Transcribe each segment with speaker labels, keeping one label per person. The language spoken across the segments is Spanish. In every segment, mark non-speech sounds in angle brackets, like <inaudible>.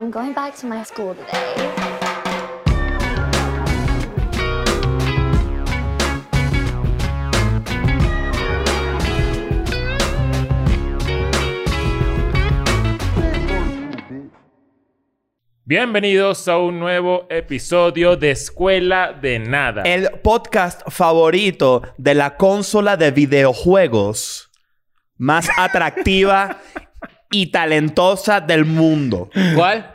Speaker 1: I'm going back to my school today.
Speaker 2: Bienvenidos a un nuevo episodio de Escuela de Nada.
Speaker 3: Eh.
Speaker 4: El podcast favorito de la consola de videojuegos <laughs> más atractiva y talentosa del mundo.
Speaker 3: ¿Cuál?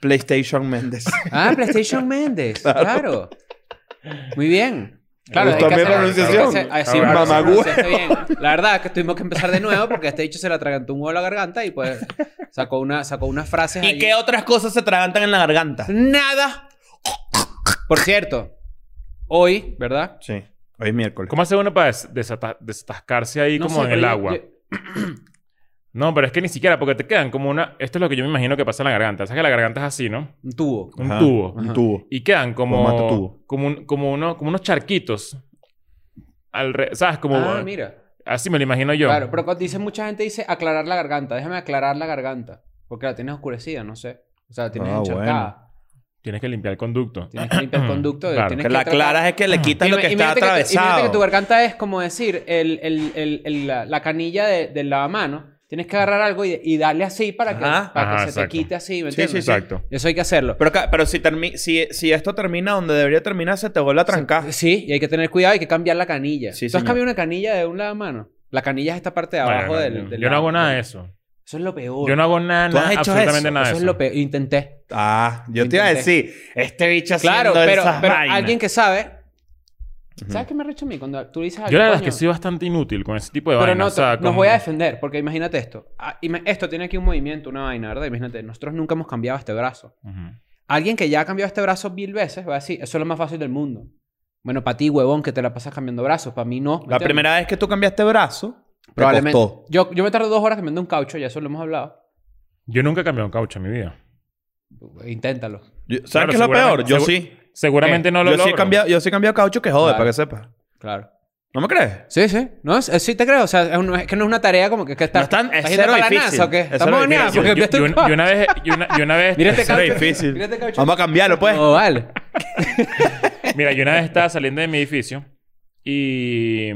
Speaker 4: PlayStation Méndez. <laughs>
Speaker 3: Ah, PlayStation Méndez. Claro. Muy bien. Claro,
Speaker 4: gustó mi Pues pronunciación.
Speaker 3: así,
Speaker 2: Claro.
Speaker 4: Mamagüe.
Speaker 3: La verdad es que tuvimos que empezar de nuevo porque este dicho se le atragantó un huevo a la garganta y pues sacó, una, sacó unas frases.
Speaker 4: ¿Y
Speaker 3: allí.
Speaker 4: qué otras cosas se atragantan en la garganta?
Speaker 3: Nada. Por cierto, hoy, ¿verdad?
Speaker 4: Sí. Hoy es miércoles.
Speaker 2: ¿Cómo hace uno para des- desata- destascarse ahí
Speaker 3: No
Speaker 2: como
Speaker 3: sé,
Speaker 2: en
Speaker 3: pero
Speaker 2: el
Speaker 3: yo-
Speaker 2: agua?
Speaker 3: yo-
Speaker 2: No, pero es que ni siquiera, porque te quedan como una... Esto es lo que yo me imagino que pasa en la garganta. ¿Sabes que la garganta es así, no?
Speaker 3: un tubo.
Speaker 2: Un
Speaker 4: Ajá.
Speaker 2: tubo.
Speaker 4: Un tubo.
Speaker 2: Y quedan
Speaker 4: Formato
Speaker 2: como...
Speaker 4: tubo.
Speaker 2: Como, un- como, uno- como unos charquitos. Alre- ¿Sabes? Como...
Speaker 3: ah, mira.
Speaker 2: Así me lo imagino yo.
Speaker 3: Claro, pero cuando dice mucha gente dice aclarar la garganta. Déjame aclarar la garganta. Porque la tienes oscurecida, no sé. O sea, la tienes
Speaker 4: Ah,
Speaker 3: encharcada.
Speaker 2: Tienes que limpiar el conducto.
Speaker 3: Tienes que limpiar
Speaker 2: <clears throat>
Speaker 3: el conducto.
Speaker 2: Claro.
Speaker 3: tienes
Speaker 4: Que la
Speaker 3: tratar-
Speaker 4: clara es que le quitas lo
Speaker 3: Ima-
Speaker 4: que está
Speaker 3: imagínate que tu- imagínate
Speaker 4: atravesado.
Speaker 3: que tu garganta es como decir el, el- el- el- la, la canilla de- del lavamano. Tienes que agarrar algo y, y darle así para que,
Speaker 4: Ajá.
Speaker 3: para que
Speaker 2: Ajá,
Speaker 3: se
Speaker 2: exacto.
Speaker 3: te quite así. ¿me
Speaker 4: Sí,
Speaker 3: entiendes?
Speaker 4: sí, sí.
Speaker 2: Exacto.
Speaker 3: Eso hay que hacerlo.
Speaker 4: Pero, ca- pero si, termi- si, si esto termina donde debería terminar, se te vuelve a trancar.
Speaker 3: Sí, y hay que tener cuidado, hay que cambiar la canilla.
Speaker 4: Sí,
Speaker 3: ¿Tú has
Speaker 4: señor.
Speaker 3: cambiado una canilla de un lavamano? La canilla es esta parte de
Speaker 2: Bueno,
Speaker 3: abajo
Speaker 2: no,
Speaker 3: del,
Speaker 2: yo-
Speaker 3: del
Speaker 2: yo no hago
Speaker 3: lavamano.
Speaker 2: nada de eso.
Speaker 3: Eso es lo peor.
Speaker 2: Yo no hago nada,
Speaker 4: ¿Tú has
Speaker 2: nada,
Speaker 4: hecho
Speaker 2: absolutamente
Speaker 4: eso?
Speaker 2: nada de
Speaker 3: Eso
Speaker 2: eso.
Speaker 3: es lo peor. Intenté.
Speaker 4: Ah, yo te iba a
Speaker 3: Intenté.
Speaker 4: decir, este bicho
Speaker 3: Claro,
Speaker 4: haciendo
Speaker 3: pero,
Speaker 4: esas
Speaker 3: pero
Speaker 4: vainas.
Speaker 3: alguien que sabe.
Speaker 4: Ujú.
Speaker 3: ¿Sabes qué me ha hecho a mí? Cuando tú dices
Speaker 2: Yo la verdad
Speaker 3: verdad
Speaker 2: es que soy bastante inútil con ese tipo de
Speaker 3: Pero
Speaker 2: vainas.
Speaker 3: no,
Speaker 2: o sea,
Speaker 3: te- nos
Speaker 2: como-
Speaker 3: voy a defender, porque imagínate esto. Ah, ima- Esto tiene aquí un movimiento, una vaina, ¿verdad? Imagínate, nosotros nunca hemos cambiado este brazo.
Speaker 2: Ujú.
Speaker 3: Alguien que ya ha cambiado este brazo mil veces va a decir, eso es lo más fácil del mundo. Bueno, para ti, huevón, que te la pasas cambiando brazos. Para mí, no. ¿me
Speaker 4: La
Speaker 3: entiendes?
Speaker 4: primera vez que tú cambiaste brazo, te
Speaker 3: Probablemente.
Speaker 4: costó.
Speaker 3: Yo, yo me tardo dos horas cambiando un caucho, ya eso lo hemos hablado.
Speaker 2: Yo nunca he cambiado un caucho en mi vida.
Speaker 3: Inténtalo.
Speaker 4: Yo- ¿Sabes
Speaker 2: Claro,
Speaker 4: qué es lo peor?
Speaker 2: seguramente-
Speaker 4: Yo
Speaker 2: segu-
Speaker 4: sí.
Speaker 2: Seguramente no lo
Speaker 4: Eh, yo, sí he
Speaker 2: logro.
Speaker 4: cambiado, yo sí he cambiado caucho que jode,
Speaker 3: Claro.
Speaker 4: para que sepas.
Speaker 3: Claro.
Speaker 4: ¿No me crees?
Speaker 3: Sí, sí. No, es- es- sí te creo. O sea, es, un- es que no es una tarea como que, que está,
Speaker 4: No es tan- es
Speaker 3: ¿estás yendo
Speaker 4: cero
Speaker 3: para la
Speaker 4: difícil.
Speaker 3: NASA o qué?
Speaker 4: Es cero
Speaker 3: Estamos en
Speaker 4: difícil.
Speaker 3: NASA
Speaker 2: Yo,
Speaker 3: porque
Speaker 2: yo-
Speaker 3: cambiaste
Speaker 2: yo-
Speaker 3: un <laughs>
Speaker 2: yo una vez... Yo una, yo una vez
Speaker 3: Mira este
Speaker 4: Será
Speaker 3: caucho.
Speaker 4: difícil.
Speaker 3: Mira este caucho.
Speaker 4: Vamos a cambiarlo, pues.
Speaker 3: No, vale.
Speaker 2: Mira, yo una vez estaba saliendo de mi edificio y...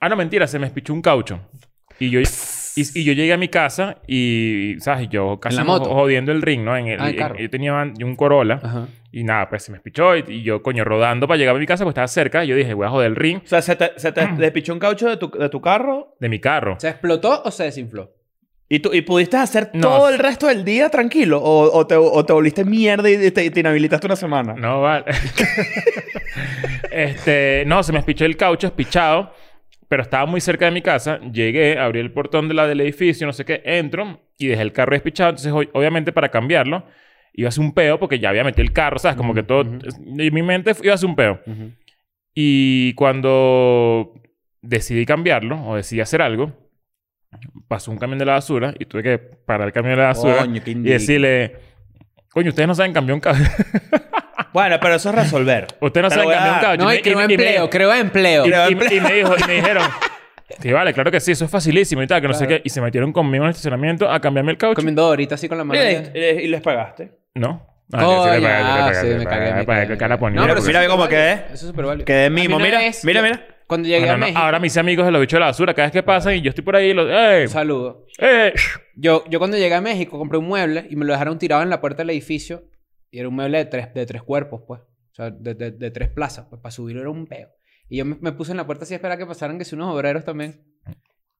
Speaker 2: Ah, no, mentira. Se me espichó un caucho. Y yo, y, y yo llegué a mi casa y, ¿sabes? Yo casi
Speaker 3: En la moto.
Speaker 2: jodiendo el ring, ¿no? En el,
Speaker 3: Ah, en
Speaker 2: en-
Speaker 3: carro.
Speaker 2: yo tenía van- un Corolla
Speaker 3: Ajá.
Speaker 2: y nada, pues se me espichó y, y yo, coño, rodando para llegar a mi casa, pues estaba cerca. Y yo dije, voy a joder el ring
Speaker 4: O sea, se te, se
Speaker 2: <clears throat>
Speaker 4: te despichó un caucho de tu, de tu carro
Speaker 2: de mi carro.
Speaker 3: ¿Se explotó o se desinfló?
Speaker 4: y, tú, y pudiste hacer
Speaker 2: No.
Speaker 4: todo el resto del día tranquilo. O, o te, o te volviste mierda y te, te inhabilitaste una semana.
Speaker 2: No, vale. <laughs> este, no, se me espichó el caucho, espichado. Pero estaba muy cerca de mi casa. Llegué, abrí el portón de la del edificio, no sé qué. Entro y dejé el carro espichado. Entonces, o- obviamente, para cambiarlo, iba a hacer un peo porque ya había metido el carro, ¿sabes? Como que todo... En mi mente iba a hacer un peo. Y cuando decidí cambiarlo o decidí hacer algo, pasó un camión de la basura y tuve que parar el camión de la basura
Speaker 4: Coño, qué
Speaker 2: y
Speaker 4: indigno.
Speaker 2: decirle... Coño, ustedes no saben cambiar un caucho.
Speaker 4: Bueno, pero eso
Speaker 2: <laughs>
Speaker 4: es resolver.
Speaker 2: Ustedes no
Speaker 4: Te lo
Speaker 2: saben
Speaker 4: voy a
Speaker 2: cambiar un
Speaker 4: dar.
Speaker 2: caucho.
Speaker 3: No,
Speaker 2: Y
Speaker 3: y
Speaker 2: me-
Speaker 3: creó
Speaker 2: y- y me-
Speaker 3: empleo, creó empleo.
Speaker 2: Y,
Speaker 4: Creo
Speaker 2: y-
Speaker 4: empleo.
Speaker 2: y me dijo, y me
Speaker 4: <laughs>
Speaker 2: dijeron, sí, vale, claro que sí, eso es facilísimo y tal, que no sé
Speaker 3: Claro.
Speaker 2: qué. Y se metieron conmigo en el estacionamiento a cambiarme el caucho.
Speaker 3: Comiendo ahorita así con la mano.
Speaker 4: Mira,
Speaker 2: eh,
Speaker 4: y, y- y les pagaste.
Speaker 2: No.
Speaker 3: Coño,
Speaker 2: sí, le pagué,
Speaker 3: ah,
Speaker 2: le pagué,
Speaker 3: sí,
Speaker 2: le
Speaker 3: me
Speaker 2: pagué,
Speaker 3: cagué,
Speaker 2: le
Speaker 3: me
Speaker 2: pagué,
Speaker 3: cagué,
Speaker 2: qué cara pues.
Speaker 3: me cagué.
Speaker 2: ponía,
Speaker 3: No, pero
Speaker 2: porque-
Speaker 3: sí-
Speaker 4: mira cómo quedé.
Speaker 3: Eso es súper válido.
Speaker 4: Quedé
Speaker 3: A mí
Speaker 4: mimo.
Speaker 3: una
Speaker 4: Mira,
Speaker 3: vez-
Speaker 4: mira, mira.
Speaker 3: Cuando
Speaker 2: Ah,
Speaker 3: llegué
Speaker 2: No,
Speaker 3: a
Speaker 2: no, no.
Speaker 3: México.
Speaker 2: Ahora mis amigos de los bichos de la basura, cada vez que pasan y yo estoy por ahí, los... ¡Ey!
Speaker 3: Un saludo.
Speaker 2: ¡Ey!
Speaker 3: Yo, yo cuando llegué a México compré un mueble y me lo dejaron tirado en la puerta del edificio. Y era un mueble de tres, de tres cuerpos, pues. O sea, de, de- de tres plazas. Pues para subirlo era un peo. Y yo me, me puse en la puerta así a esperar que pasaran que si unos obreros también.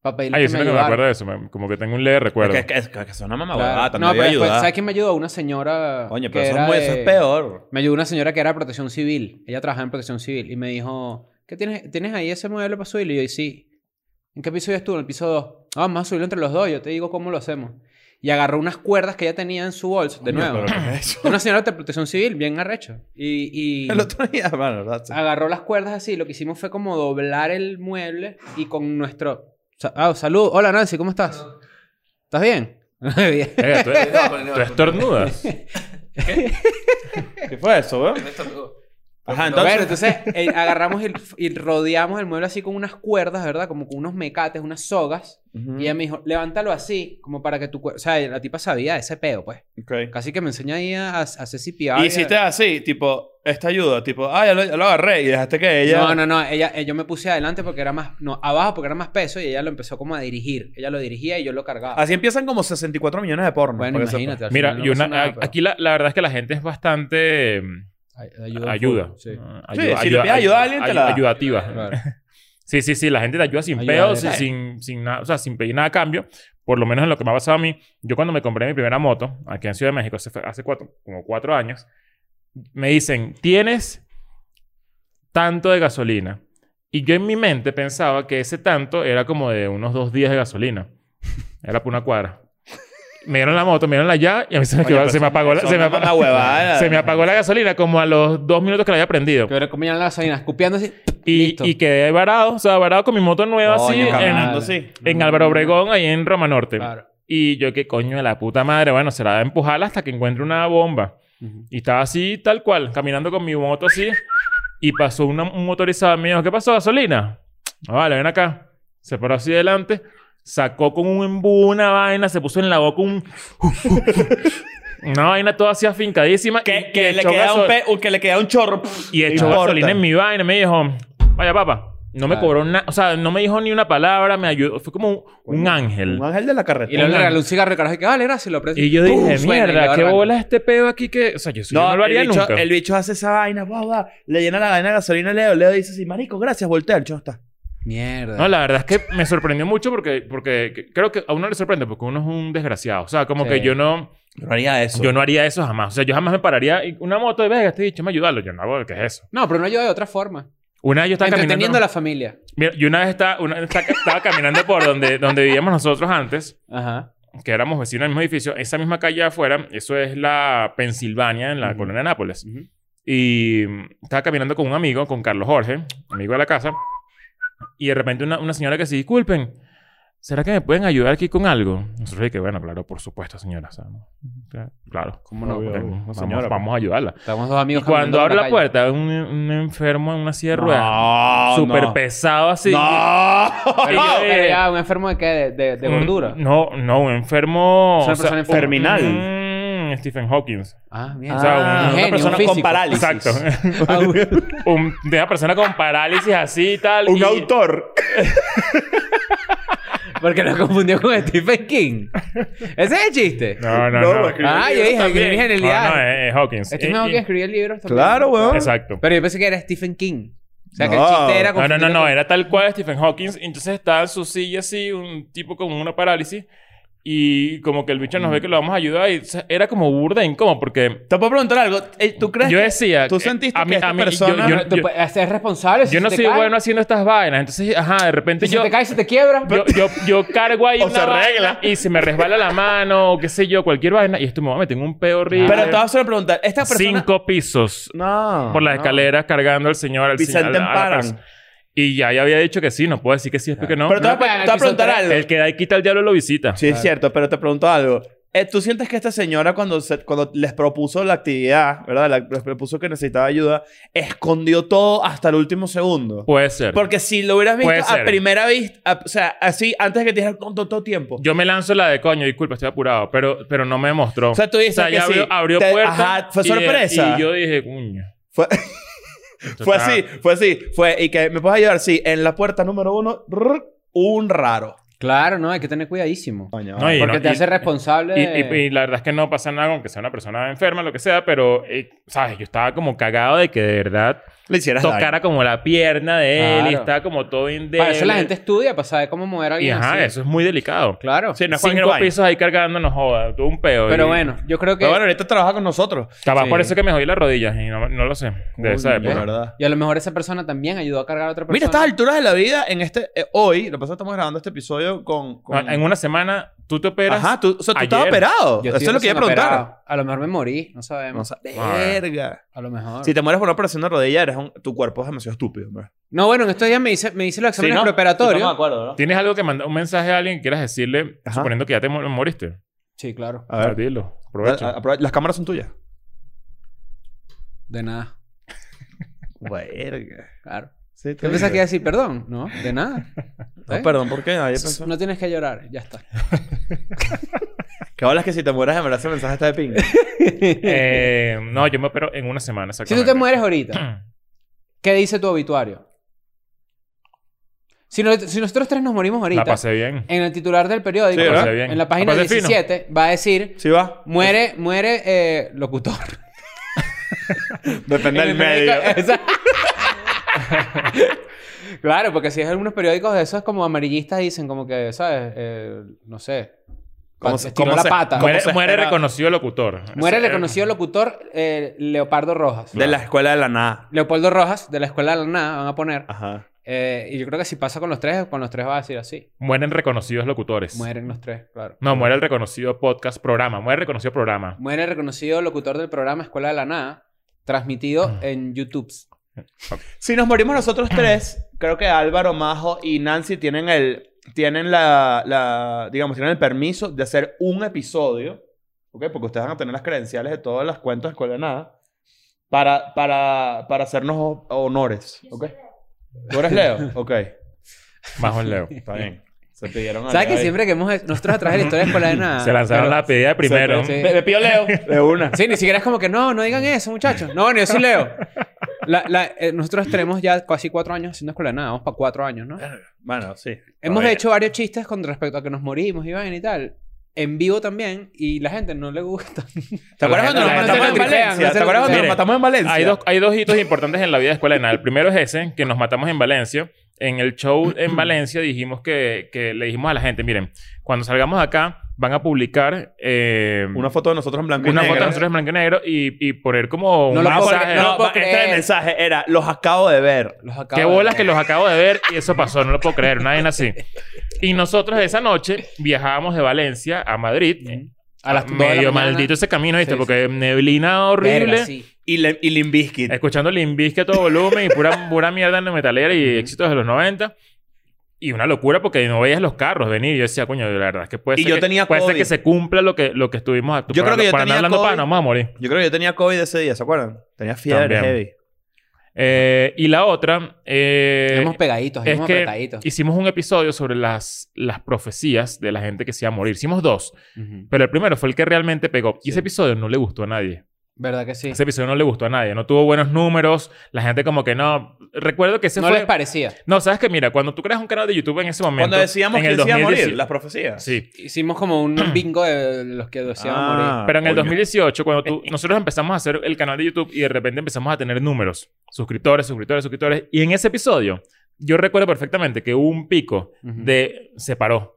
Speaker 3: Para pedirles
Speaker 2: Ay, yo
Speaker 3: que me
Speaker 2: siempre que me
Speaker 3: ayudaran.
Speaker 2: acuerdo de eso, me- como que tengo un leve recuerdo.
Speaker 4: Es que, es que, es que son una mamá
Speaker 3: Claro.
Speaker 4: huevada,
Speaker 3: No,
Speaker 4: Ah, también
Speaker 3: pero
Speaker 4: voy a
Speaker 3: después,
Speaker 4: ayudar.
Speaker 3: ¿sabes quién me ayudó? Una señora.
Speaker 4: Coño,
Speaker 3: que
Speaker 4: pero eso,
Speaker 3: era
Speaker 4: es muy- eso
Speaker 3: de-
Speaker 4: es peor.
Speaker 3: Me ayudó una señora que era de protección civil. Ella trabajaba en protección civil y me dijo, ¿qué tienes, ¿tienes ahí ese mueble para subirlo? Y yo, "Y sí. ¿En qué piso vives tú? En el piso 2. Ah, vamos a subirlo entre los dos. Yo te digo cómo lo hacemos. Y agarró unas cuerdas que ella tenía en su bolso, de
Speaker 4: Coño,
Speaker 3: nuevo.
Speaker 4: pero ¿qué es eso?
Speaker 3: Una señora de protección civil, bien arrecho. Y, y
Speaker 4: El otro día, <laughs> bueno, ¿verdad? Sí.
Speaker 3: agarró las cuerdas así. Lo que hicimos fue como doblar el mueble y con nuestro... sa- Ah, salud. Hola, Nancy, ¿cómo estás? ¿Estás bien? <laughs> bien.
Speaker 2: Ey, tú,
Speaker 3: <laughs>
Speaker 2: tú estornudas.
Speaker 4: ¿Qué fue eso, weón? Ajá,
Speaker 3: Bueno,
Speaker 4: entonces.
Speaker 3: entonces eh, agarramos y, y rodeamos el mueble así con unas cuerdas, ¿verdad? Como con unos mecates, unas sogas.
Speaker 4: Ujú.
Speaker 3: Y ella me dijo, levántalo así, como para que tu cuerpo... O sea, la tipa sabía ese peo, pues.
Speaker 4: Ok.
Speaker 3: Casi que me enseña ahí a, a hacer CPR.
Speaker 4: Y
Speaker 3: a-
Speaker 4: hiciste así, tipo, esta ayuda, tipo, ah, ya lo, ya lo agarré y dejaste que ella.
Speaker 3: No, no, no. Ella, eh, yo me puse adelante porque era más... No, abajo porque era más peso y ella lo empezó como a dirigir. Ella lo dirigía y yo lo cargaba.
Speaker 4: Así empiezan como 64 millones de pornos.
Speaker 3: bueno,
Speaker 4: por eso.
Speaker 3: imagínate. al
Speaker 2: Mira,
Speaker 3: final no
Speaker 2: y
Speaker 3: pasa
Speaker 2: una-
Speaker 3: nada,
Speaker 2: a-
Speaker 3: pero-
Speaker 2: aquí la, la verdad es que la gente es bastante... mm,
Speaker 3: Ay- Ayuda.
Speaker 2: ayuda.
Speaker 3: full, sí.
Speaker 2: Ah,
Speaker 4: Sí, si le pides ayuda a alguien, te la da.
Speaker 2: Ayudativa.
Speaker 3: Claro.
Speaker 2: Sí, sí, sí. La gente te ayuda sin
Speaker 3: Ayuda
Speaker 2: pedos,
Speaker 3: de-
Speaker 2: sin, sin nada, o sea, sin pedir nada a cambio. Por lo menos en lo que me ha pasado a mí. Yo cuando me compré mi primera moto, aquí en Ciudad de México, hace, hace cuatro, como cuatro años, me dicen, tienes tanto de gasolina. Y yo en mi mente pensaba que ese tanto era como de unos dos días de gasolina. Era por una cuadra. Me dieron la moto, me dieron la llave y a mí se me,
Speaker 4: Oye,
Speaker 2: quedó-
Speaker 4: pero
Speaker 2: se me
Speaker 4: son-
Speaker 2: apagó la,
Speaker 4: son
Speaker 2: se me
Speaker 4: una
Speaker 2: apa-
Speaker 4: <laughs> huevada.
Speaker 2: se me apagó la gasolina como a los dos minutos que la había prendido.
Speaker 3: Que ahora comían las vainas, escupiando así.
Speaker 2: Y,
Speaker 3: Listo.
Speaker 2: y quedé varado, o sea, varado con mi moto nueva así
Speaker 4: Coño, caminando
Speaker 2: en,
Speaker 4: así.
Speaker 2: en Álvaro Obregón, ahí en Roma Norte.
Speaker 3: Claro.
Speaker 2: Y yo, qué coño de la puta madre, bueno, será de empujarla hasta que encuentre una bomba.
Speaker 3: Ujú.
Speaker 2: Y estaba así, tal cual, caminando con mi moto así. Y pasó una- un motorizado y me dijo, ¿qué pasó, gasolina? "Ah, vale, ven acá. Se paró así delante, sacó con un embú una vaina, se puso en la boca un... <laughs> una vaina toda así afincadísima.
Speaker 4: Que,
Speaker 2: y-
Speaker 4: que
Speaker 2: y
Speaker 4: le
Speaker 2: echó
Speaker 4: queda un
Speaker 2: gasol-
Speaker 4: pe- o que le queda un chorro.
Speaker 2: y echó
Speaker 4: Importa.
Speaker 2: gasolina en mi vaina. y Me dijo, vaya papá. No me
Speaker 3: Claro.
Speaker 2: cobró nada. O sea, no me dijo ni una palabra. Me ayudó. Fue como un, un ángel.
Speaker 4: Un ángel de la
Speaker 3: Y luego
Speaker 4: carretera.
Speaker 3: le regaló un cigarro y carajo, y que vale, gracias, lo aprecio.
Speaker 2: Y yo
Speaker 3: ¡Pum!
Speaker 2: dije,
Speaker 3: Suena y le
Speaker 2: mierda,
Speaker 3: agarra
Speaker 2: qué
Speaker 3: la-
Speaker 2: bola este pedo aquí que... O sea, yo, sí, yo no lo haría
Speaker 4: el bicho,
Speaker 2: nunca.
Speaker 4: El bicho hace esa vaina, guau, guau. Le llena la vaina de gasolina a Leo. Leo dice así, marico, gracias, voltea. El chon está.
Speaker 3: Mierda.
Speaker 2: No, la verdad es que me sorprendió mucho porque, porque que- creo que a uno le sorprende porque uno es un desgraciado. O sea, como
Speaker 3: Sí.
Speaker 2: que yo no,
Speaker 4: Yo no haría eso.
Speaker 2: yo no haría eso jamás. O sea, yo jamás me pararía y una moto de Vega, este dicho, me ayudarlo. Yo no hago, ¿qué es eso?
Speaker 3: No, pero no ayuda de otra forma.
Speaker 2: Una vez yo estaba
Speaker 3: Entreteniendo
Speaker 2: caminando...
Speaker 3: a la familia.
Speaker 2: Mira, yo una vez estaba, una vez estaba- estaba caminando por donde, donde vivíamos nosotros antes.
Speaker 3: Ajá.
Speaker 2: que éramos vecinos del mismo edificio, esa misma calle afuera, eso es la Pensilvania, en la
Speaker 3: Ujú.
Speaker 2: colonia de Nápoles.
Speaker 3: Ujú.
Speaker 2: Y mm, estaba caminando con un amigo, con Carlos Jorge, amigo de la casa, y de repente una, una señora que se disculpen, ¿será que me pueden ayudar aquí con algo? Nosotros que bueno, claro, por supuesto, señora. o sea, ¿no? Claro.
Speaker 3: ¿Cómo no?
Speaker 4: Obvio.
Speaker 2: porque
Speaker 4: obvio.
Speaker 2: vamos,
Speaker 4: Señora,
Speaker 2: vamos a ayudarla.
Speaker 3: Estamos dos amigos
Speaker 2: Y cuando
Speaker 3: caminando por
Speaker 2: abre la
Speaker 3: calle.
Speaker 2: puerta, un, un enfermo en una silla de ruedas,
Speaker 4: No,
Speaker 2: súper
Speaker 4: Ah, no.
Speaker 2: pesado así.
Speaker 4: ¡No!
Speaker 3: Pero,
Speaker 2: Y yo
Speaker 3: pero
Speaker 2: dije,
Speaker 3: Ah, ya, ¿un enfermo de qué? ¿De, de, de
Speaker 2: eh, Mm,
Speaker 3: gordura?
Speaker 2: No, no, un enfermo.
Speaker 3: Es una persona enferma.
Speaker 4: Terminal.
Speaker 2: mm, Stephen Hawking.
Speaker 3: Ah,
Speaker 4: Ah,
Speaker 3: mierda.
Speaker 2: O sea, un
Speaker 4: una
Speaker 3: genio,
Speaker 4: persona
Speaker 3: un físico.
Speaker 4: con
Speaker 3: <laughs>
Speaker 4: parálisis.
Speaker 2: Exacto. <laughs> Un- de una persona con parálisis así y tal.
Speaker 4: Un
Speaker 2: y-
Speaker 4: autor.
Speaker 3: Porque lo confundió con Stephen King. Ese es el chiste.
Speaker 2: No, no,
Speaker 4: No,
Speaker 2: no.
Speaker 4: porque-
Speaker 3: ah, yo
Speaker 4: Escribió
Speaker 3: dije,
Speaker 4: también.
Speaker 3: escribí
Speaker 2: No, no,
Speaker 3: genialidad.
Speaker 2: es, Eh, es Hawking.
Speaker 3: Stephen
Speaker 2: Y-
Speaker 3: Hawking
Speaker 2: y-
Speaker 3: Este escribió libros también.
Speaker 4: Claro, weón.
Speaker 2: Exacto.
Speaker 3: Pero yo pensé que era Stephen King. O sea, que
Speaker 4: No.
Speaker 3: el chiste era
Speaker 2: No, no, no, eh,
Speaker 3: confundirlo
Speaker 2: no,
Speaker 3: con-
Speaker 2: era tal cual Stephen Hawking. y Entonces estaba en su silla así, un tipo con una parálisis. Y como que el bicho nos ve que lo vamos a ayudar. Y o sea, era como burda e incómodo porque
Speaker 4: Te puedo preguntar algo. Eh, ¿Tú crees
Speaker 2: yo
Speaker 4: que-
Speaker 2: decía.
Speaker 4: ¿Tú
Speaker 2: eh,
Speaker 4: sentiste
Speaker 2: a mí-
Speaker 4: que esta
Speaker 2: a mí- yo-
Speaker 4: persona-
Speaker 2: yo-
Speaker 3: Ah, Pero tú
Speaker 2: yo-
Speaker 3: puedes ser responsable. si
Speaker 2: Yo no
Speaker 3: se te
Speaker 2: soy
Speaker 3: cae.
Speaker 2: bueno haciendo estas vainas. Entonces, ajá, de repente
Speaker 3: Si
Speaker 2: yo.
Speaker 3: se te cae, se te quiebra.
Speaker 2: yo, yo, yo cargo ahí
Speaker 4: <laughs> O
Speaker 2: una
Speaker 4: se
Speaker 2: vaina
Speaker 4: arregla.
Speaker 2: y se me resbala la mano o qué sé yo, cualquier vaina. Y esto me va a meter en un peo horrible.
Speaker 4: Pero te vas a hacer preguntar. Esta persona...
Speaker 2: Cinco pisos
Speaker 4: No.
Speaker 2: por las
Speaker 4: no.
Speaker 2: escaleras cargando al señor, al señor.
Speaker 4: Vicente
Speaker 2: a la- a la
Speaker 4: Emparan.
Speaker 2: persona. Y ya, ya había dicho que sí, no puedo decir que sí, después que no.
Speaker 4: Pero te
Speaker 3: No
Speaker 4: vas a pre-
Speaker 3: pegan
Speaker 4: te vas a
Speaker 3: aquí, son
Speaker 4: preguntar
Speaker 3: tres.
Speaker 4: algo.
Speaker 2: el que da y quita el diablo lo visita.
Speaker 4: Sí, es cierto, pero te pregunto algo. Eh, ¿Tú sientes que esta señora cuando, se- cuando les propuso la actividad, ¿verdad? La- les propuso que necesitaba ayuda, escondió todo hasta el último segundo?
Speaker 2: Puede ser.
Speaker 4: Porque si lo hubieras visto
Speaker 2: Puede
Speaker 4: a
Speaker 2: ser.
Speaker 4: primera vista, a- o sea, así, antes de que te dijeran con todo, todo tiempo.
Speaker 2: Yo me lanzo la de coño, disculpa, estoy apurado, pero, pero no me mostró.
Speaker 4: o sea, tú dices que
Speaker 2: ya abrió,
Speaker 4: sí.
Speaker 2: abrió
Speaker 4: Te-
Speaker 2: puerta.
Speaker 4: Ajá, fue
Speaker 2: y de-
Speaker 4: sorpresa.
Speaker 2: Y yo dije, coño.
Speaker 4: Fue- <laughs>
Speaker 2: esto
Speaker 4: Fue
Speaker 2: está-
Speaker 4: así, fue así. Fue, y que me puedes ayudar, sí, en la puerta número uno, rrr, un raro.
Speaker 3: Claro, no, hay que tener cuidadísimo.
Speaker 4: Coño,
Speaker 2: No, y-
Speaker 3: Porque te
Speaker 2: y-
Speaker 3: hace responsable.
Speaker 2: Y, y- y la verdad es que no pasa nada, aunque sea una persona enferma, lo que sea, pero, eh, ¿sabes? Yo estaba como cagado de que de verdad
Speaker 4: le hicieras
Speaker 2: tocara
Speaker 4: daño.
Speaker 2: como la pierna de él y
Speaker 3: Claro.
Speaker 2: estaba como todo indébil.
Speaker 3: Para eso la gente estudia, para saber cómo mover a
Speaker 2: Y
Speaker 3: alguien.
Speaker 2: ajá,
Speaker 3: así.
Speaker 2: eso es muy delicado.
Speaker 3: Claro.
Speaker 4: Sí, no es cualquier
Speaker 2: Cinco
Speaker 4: vaina.
Speaker 2: pisos ahí cargando, no joda. Tuve un peo.
Speaker 3: Pero
Speaker 2: y-
Speaker 3: bueno, yo creo que.
Speaker 4: Pero bueno, ahorita trabaja con nosotros.
Speaker 2: Capaz
Speaker 3: sí.
Speaker 2: por eso que me jodí las rodillas y no, no lo sé. De esa
Speaker 4: Coño,
Speaker 2: época.
Speaker 4: verdad.
Speaker 3: Y a lo mejor esa persona también ayudó a cargar a otra persona.
Speaker 4: Mira, a estas alturas de la vida, en este, eh, hoy, lo que pasa es que estamos grabando este episodio con.
Speaker 2: No,
Speaker 4: con-
Speaker 2: En una semana tú te operas.
Speaker 4: Ajá, tú, o sea, tú
Speaker 2: ayer.
Speaker 4: estabas operado.
Speaker 3: Yo
Speaker 4: Eso
Speaker 3: estoy
Speaker 4: es lo que iba a
Speaker 3: recién
Speaker 4: preguntar.
Speaker 3: operado. A lo mejor me morí, no sabemos.
Speaker 4: No, sa-
Speaker 2: Ah.
Speaker 4: verga.
Speaker 3: a lo mejor.
Speaker 4: Si te mueres por una operación de rodilla, eres un- tu cuerpo es demasiado estúpido, hombre.
Speaker 3: No, bueno, en estos días me hice, me hice los
Speaker 4: Sí,
Speaker 3: exámenes
Speaker 4: ¿no?
Speaker 3: preoperatorios.
Speaker 4: Estamos de acuerdo, ¿no?
Speaker 2: ¿Tienes algo que mandar un mensaje a alguien que quieras decirle,
Speaker 4: Ajá.
Speaker 2: suponiendo que ya te mu- moriste?
Speaker 3: Sí, claro.
Speaker 4: A ver,
Speaker 2: Dilo.
Speaker 4: a-
Speaker 2: Aprovecha.
Speaker 4: a- aprove- las cámaras son tuyas.
Speaker 3: De nada.
Speaker 4: Verga.
Speaker 3: Claro.
Speaker 4: Sí, tú
Speaker 3: ¿Qué piensas que iba a ¿eh?
Speaker 4: dices.
Speaker 3: decir perdón? No, de nada.
Speaker 4: <laughs> No, perdón, ¿por qué? Nadie
Speaker 3: Tss,
Speaker 4: pensó.
Speaker 3: No tienes que llorar, ya está.
Speaker 4: ¿Qué hablas que si te mueras de embarazo el mensaje está de pinga?
Speaker 2: Eh, no, yo me opero en una semana.
Speaker 3: si tú te
Speaker 2: exactamente.
Speaker 3: mueres ahorita,
Speaker 2: <clears throat>
Speaker 3: ¿qué dice tu obituario? Si, no- si nosotros tres nos morimos
Speaker 2: La
Speaker 3: ahorita,
Speaker 2: pasé bien.
Speaker 3: en el titular del periódico,
Speaker 4: Sí, ¿verdad?
Speaker 3: en la página
Speaker 2: La pasé fino.
Speaker 3: 17, va a decir:
Speaker 4: ¿Sí
Speaker 3: <laughs>
Speaker 4: va?
Speaker 3: muere, muere eh, locutor.
Speaker 4: Depende
Speaker 3: En
Speaker 4: del
Speaker 3: el
Speaker 4: medio. <laughs>
Speaker 3: periódico- <laughs> Exacto. claro, porque si es algunos periódicos de esos como amarillistas dicen como que, ¿sabes? Eh, no sé.
Speaker 4: ¿Cómo
Speaker 3: Pat-
Speaker 4: se-
Speaker 3: estiró
Speaker 4: cómo
Speaker 3: la
Speaker 4: se-
Speaker 3: pata.
Speaker 4: cómo
Speaker 3: Muere,
Speaker 2: Muere,
Speaker 4: se
Speaker 2: muere
Speaker 4: espera?
Speaker 2: reconocido locutor. Eh, Ese-
Speaker 3: reconocido locutor eh, Leopardo Rojas.
Speaker 4: De la escuela de la nada.
Speaker 3: Leopoldo Rojas, de la Escuela de la Nada, van a poner.
Speaker 4: Ajá.
Speaker 3: Eh, y yo creo que si pasa con los tres, con los tres va a decir así.
Speaker 2: Mueren reconocidos locutores.
Speaker 3: Mueren los tres, claro.
Speaker 2: No, muere el reconocido podcast programa. Muere el reconocido programa.
Speaker 3: Muere el reconocido locutor del programa Escuela de la Nada,
Speaker 2: Ah.
Speaker 3: transmitido en YouTube.
Speaker 4: Si nos morimos <clears throat> nosotros tres, creo que Álvaro, Majo y Nancy tienen el... Tienen la, la... Digamos, tienen el permiso de hacer un episodio. ¿Ok? Porque ustedes van a tener las credenciales de todas las cuentas de escuela de nada. Para, para, para hacernos ho- honores. ¿Ok? ¿Tú eres <laughs> Leo? Ok.
Speaker 2: Bajo el Leo.
Speaker 4: Está bien.
Speaker 3: <laughs>
Speaker 4: Se pidieron a
Speaker 3: ¿Sabes
Speaker 4: Leo
Speaker 3: que
Speaker 4: ahí.
Speaker 3: siempre que hemos... Nosotros atrás de la historia de Escuela de
Speaker 2: <laughs>
Speaker 3: Nada...
Speaker 2: Se lanzaron
Speaker 3: Ah, pero-
Speaker 2: la pedida primero.
Speaker 3: Sí.
Speaker 4: Me, me pidió Leo. <laughs> De una.
Speaker 3: Sí, ni siquiera es como que no, no digan eso, muchachos. No, bueno, yo sí leo. La- la- eh, nosotros tenemos ya casi cuatro años haciendo escuela de nada, vamos para cuatro años, ¿no?
Speaker 4: Bueno, sí.
Speaker 3: Hemos
Speaker 4: Todavía.
Speaker 3: hecho varios chistes con respecto a que nos morimos, Iván y tal. En vivo también, y la gente no le gusta. <laughs>
Speaker 4: ¿Te acuerdas cuando nos
Speaker 2: La- la-
Speaker 4: matamos en
Speaker 2: la-
Speaker 4: Valencia?
Speaker 3: la-
Speaker 4: ¿Te acuerdas cuando nos
Speaker 2: Mire,
Speaker 4: matamos en Valencia?
Speaker 2: Hay dos, hay dos hitos importantes en la vida de Escuela de Nada. El primero es ese, que nos matamos en Valencia. En el show en Valencia dijimos que, que le dijimos a la gente, miren, cuando salgamos de acá van a publicar eh,
Speaker 4: Una foto de nosotros en blanco y
Speaker 2: una
Speaker 4: negro.
Speaker 2: foto de nosotros en blanco y negro y, y poner como
Speaker 3: No
Speaker 2: un
Speaker 3: lo puedo
Speaker 2: mensaje.
Speaker 3: creer,
Speaker 4: No,
Speaker 3: No lo puedo
Speaker 4: va- este
Speaker 3: creer.
Speaker 4: mensaje era, los acabo de ver.
Speaker 3: Los acabo
Speaker 2: Qué
Speaker 3: de-
Speaker 2: bolas que los acabo de ver y eso pasó, no lo puedo creer, una vaina así.
Speaker 4: <laughs>
Speaker 2: Y nosotros esa noche viajábamos de Valencia a Madrid. eh,
Speaker 3: A las dos de la
Speaker 2: medio
Speaker 3: mañana.
Speaker 2: maldito ese camino, ¿viste?
Speaker 3: Sí,
Speaker 2: Porque neblina horrible.
Speaker 3: Verga, sí.
Speaker 4: Y, le, y Limbiskit.
Speaker 2: Escuchando Limbisque a todo volumen y
Speaker 4: <laughs>
Speaker 2: pura, pura mierda en metalera y éxitos de los 90. Y una locura porque no veías los carros venir. Yo decía, coño, la verdad es que puede
Speaker 4: Y
Speaker 2: ser,
Speaker 4: yo
Speaker 2: que,
Speaker 4: tenía
Speaker 2: puede ser
Speaker 4: COVID.
Speaker 2: que se cumpla lo que, lo que estuvimos actuando.
Speaker 4: Yo creo que yo tenía
Speaker 2: hablando
Speaker 4: COVID.
Speaker 2: pana, vamos a morir.
Speaker 4: Yo creo que yo tenía COVID ese día, ¿se acuerdan? Tenía fiebre
Speaker 2: También.
Speaker 4: heavy.
Speaker 2: Eh, y la otra... eh,
Speaker 3: Hemos pegaditos,
Speaker 2: es
Speaker 3: hemos
Speaker 2: que
Speaker 3: apretaditos.
Speaker 2: hicimos un episodio sobre las, las profecías de la gente que se iba a morir. Hicimos dos,
Speaker 3: Ujú.
Speaker 2: pero el primero fue el que realmente pegó. Y ese
Speaker 3: Sí.
Speaker 2: episodio no le gustó a nadie.
Speaker 3: ¿Verdad que sí?
Speaker 2: Ese episodio no le gustó a nadie, no tuvo buenos números, la gente como que no. Recuerdo que ese
Speaker 3: No
Speaker 2: fue.
Speaker 3: les parecía.
Speaker 2: No, sabes que mira, cuando tú creas un canal de YouTube en ese momento.
Speaker 4: Cuando decíamos
Speaker 2: en
Speaker 4: que
Speaker 2: el
Speaker 4: se iba a morir,
Speaker 2: 2018
Speaker 4: las profecías.
Speaker 2: Sí.
Speaker 3: Hicimos
Speaker 2: <clears throat>
Speaker 3: como un bingo de los que deseaban morir.
Speaker 2: Pero en el
Speaker 4: Ah, coño.
Speaker 2: 2018, cuando
Speaker 3: Eh,
Speaker 2: tú, nosotros empezamos a hacer el canal de YouTube y de repente empezamos a tener números, suscriptores, suscriptores, suscriptores. Y en ese episodio, yo recuerdo perfectamente que hubo un pico
Speaker 3: Ujú.
Speaker 2: de. se paró.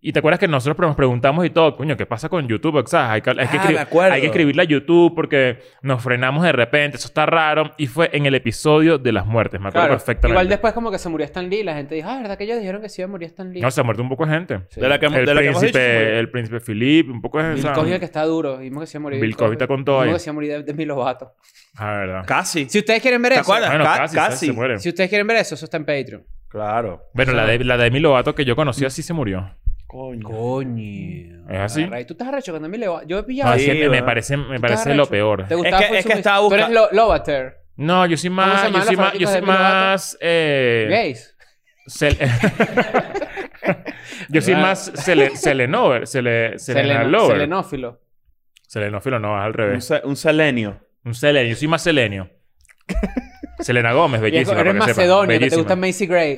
Speaker 2: Y te acuerdas que nosotros nos preguntamos y todo, coño, ¿qué pasa con YouTube? O sea, hay que, hay que
Speaker 4: Ah,
Speaker 2: escribir-
Speaker 4: me acuerdo.
Speaker 2: hay que escribirle a YouTube porque nos frenamos de repente, eso está raro. Y fue en el episodio de las muertes, me acuerdo
Speaker 3: Claro.
Speaker 2: perfectamente.
Speaker 3: Igual después como que se murió Stan Lee, la gente dijo, ah, ¿verdad que ellos dijeron que sí iba a morir Stan Lee?
Speaker 2: No, se ha muerto un poco de gente.
Speaker 3: Sí.
Speaker 4: De la que,
Speaker 2: El,
Speaker 4: de la que hemos dicho. se
Speaker 2: príncipe,
Speaker 4: murió.
Speaker 2: el príncipe Philip, un poco de
Speaker 3: Bill
Speaker 2: esa-
Speaker 3: Cosby el que está duro. Vimos que se iba a morir.
Speaker 2: Bill Cosby está con todo ahí.
Speaker 3: Vimos que se iba a morir de, de Mil Lobato.
Speaker 2: Ah, verdad.
Speaker 4: Casi.
Speaker 3: Si ustedes quieren ver
Speaker 4: ¿Te
Speaker 3: eso.
Speaker 4: acuerdas?
Speaker 2: Bueno,
Speaker 4: Ca-
Speaker 2: casi,
Speaker 4: casi.
Speaker 2: Se muere.
Speaker 3: Si ustedes quieren ver eso, eso está en Patreon.
Speaker 4: Claro.
Speaker 2: Bueno, la de, la de Demi Lovato que yo conocía sí se murió.
Speaker 4: Coño.
Speaker 3: Coño.
Speaker 2: ¿Es así?
Speaker 3: Array, Tú estás arrecho cuando Mil Lobato. Yo he pillado.
Speaker 2: No,
Speaker 4: Sí,
Speaker 2: ¿Ah, sí, me, me
Speaker 4: ¿verdad?
Speaker 2: parece, me
Speaker 3: Tú
Speaker 2: parece
Speaker 3: estás
Speaker 2: lo
Speaker 3: arrecho.
Speaker 2: peor.
Speaker 3: ¿Te gustaba
Speaker 4: que-
Speaker 3: Full
Speaker 4: es que
Speaker 3: Sumi-
Speaker 4: estaba
Speaker 3: Tú eres
Speaker 4: busca-
Speaker 3: lo Lovater.
Speaker 2: No, yo soy
Speaker 3: se
Speaker 2: más...
Speaker 3: llaman
Speaker 2: Yo
Speaker 3: los
Speaker 2: soy más... Yo
Speaker 3: fanáticos
Speaker 2: soy
Speaker 3: de Demi Lovato?
Speaker 2: más... eh,
Speaker 3: Gays.
Speaker 2: Sel- <laughs> Yo soy
Speaker 3: ¿Verdad?
Speaker 2: más sele- selenover, sele- selena
Speaker 3: Ah. Seleno-
Speaker 2: lover.
Speaker 3: Selenófilo.
Speaker 2: Selenófilo no, es al
Speaker 4: Un,
Speaker 2: revés.
Speaker 4: se- un selenio.
Speaker 2: Un selenio, yo soy más
Speaker 3: <laughs>
Speaker 2: selenio. Selena Gómez,
Speaker 3: Y es-
Speaker 2: bellísima. para
Speaker 3: Eres
Speaker 2: que sepa,
Speaker 3: macedonio, que te
Speaker 2: bellísima. Pues-
Speaker 3: gusta Macy Gray.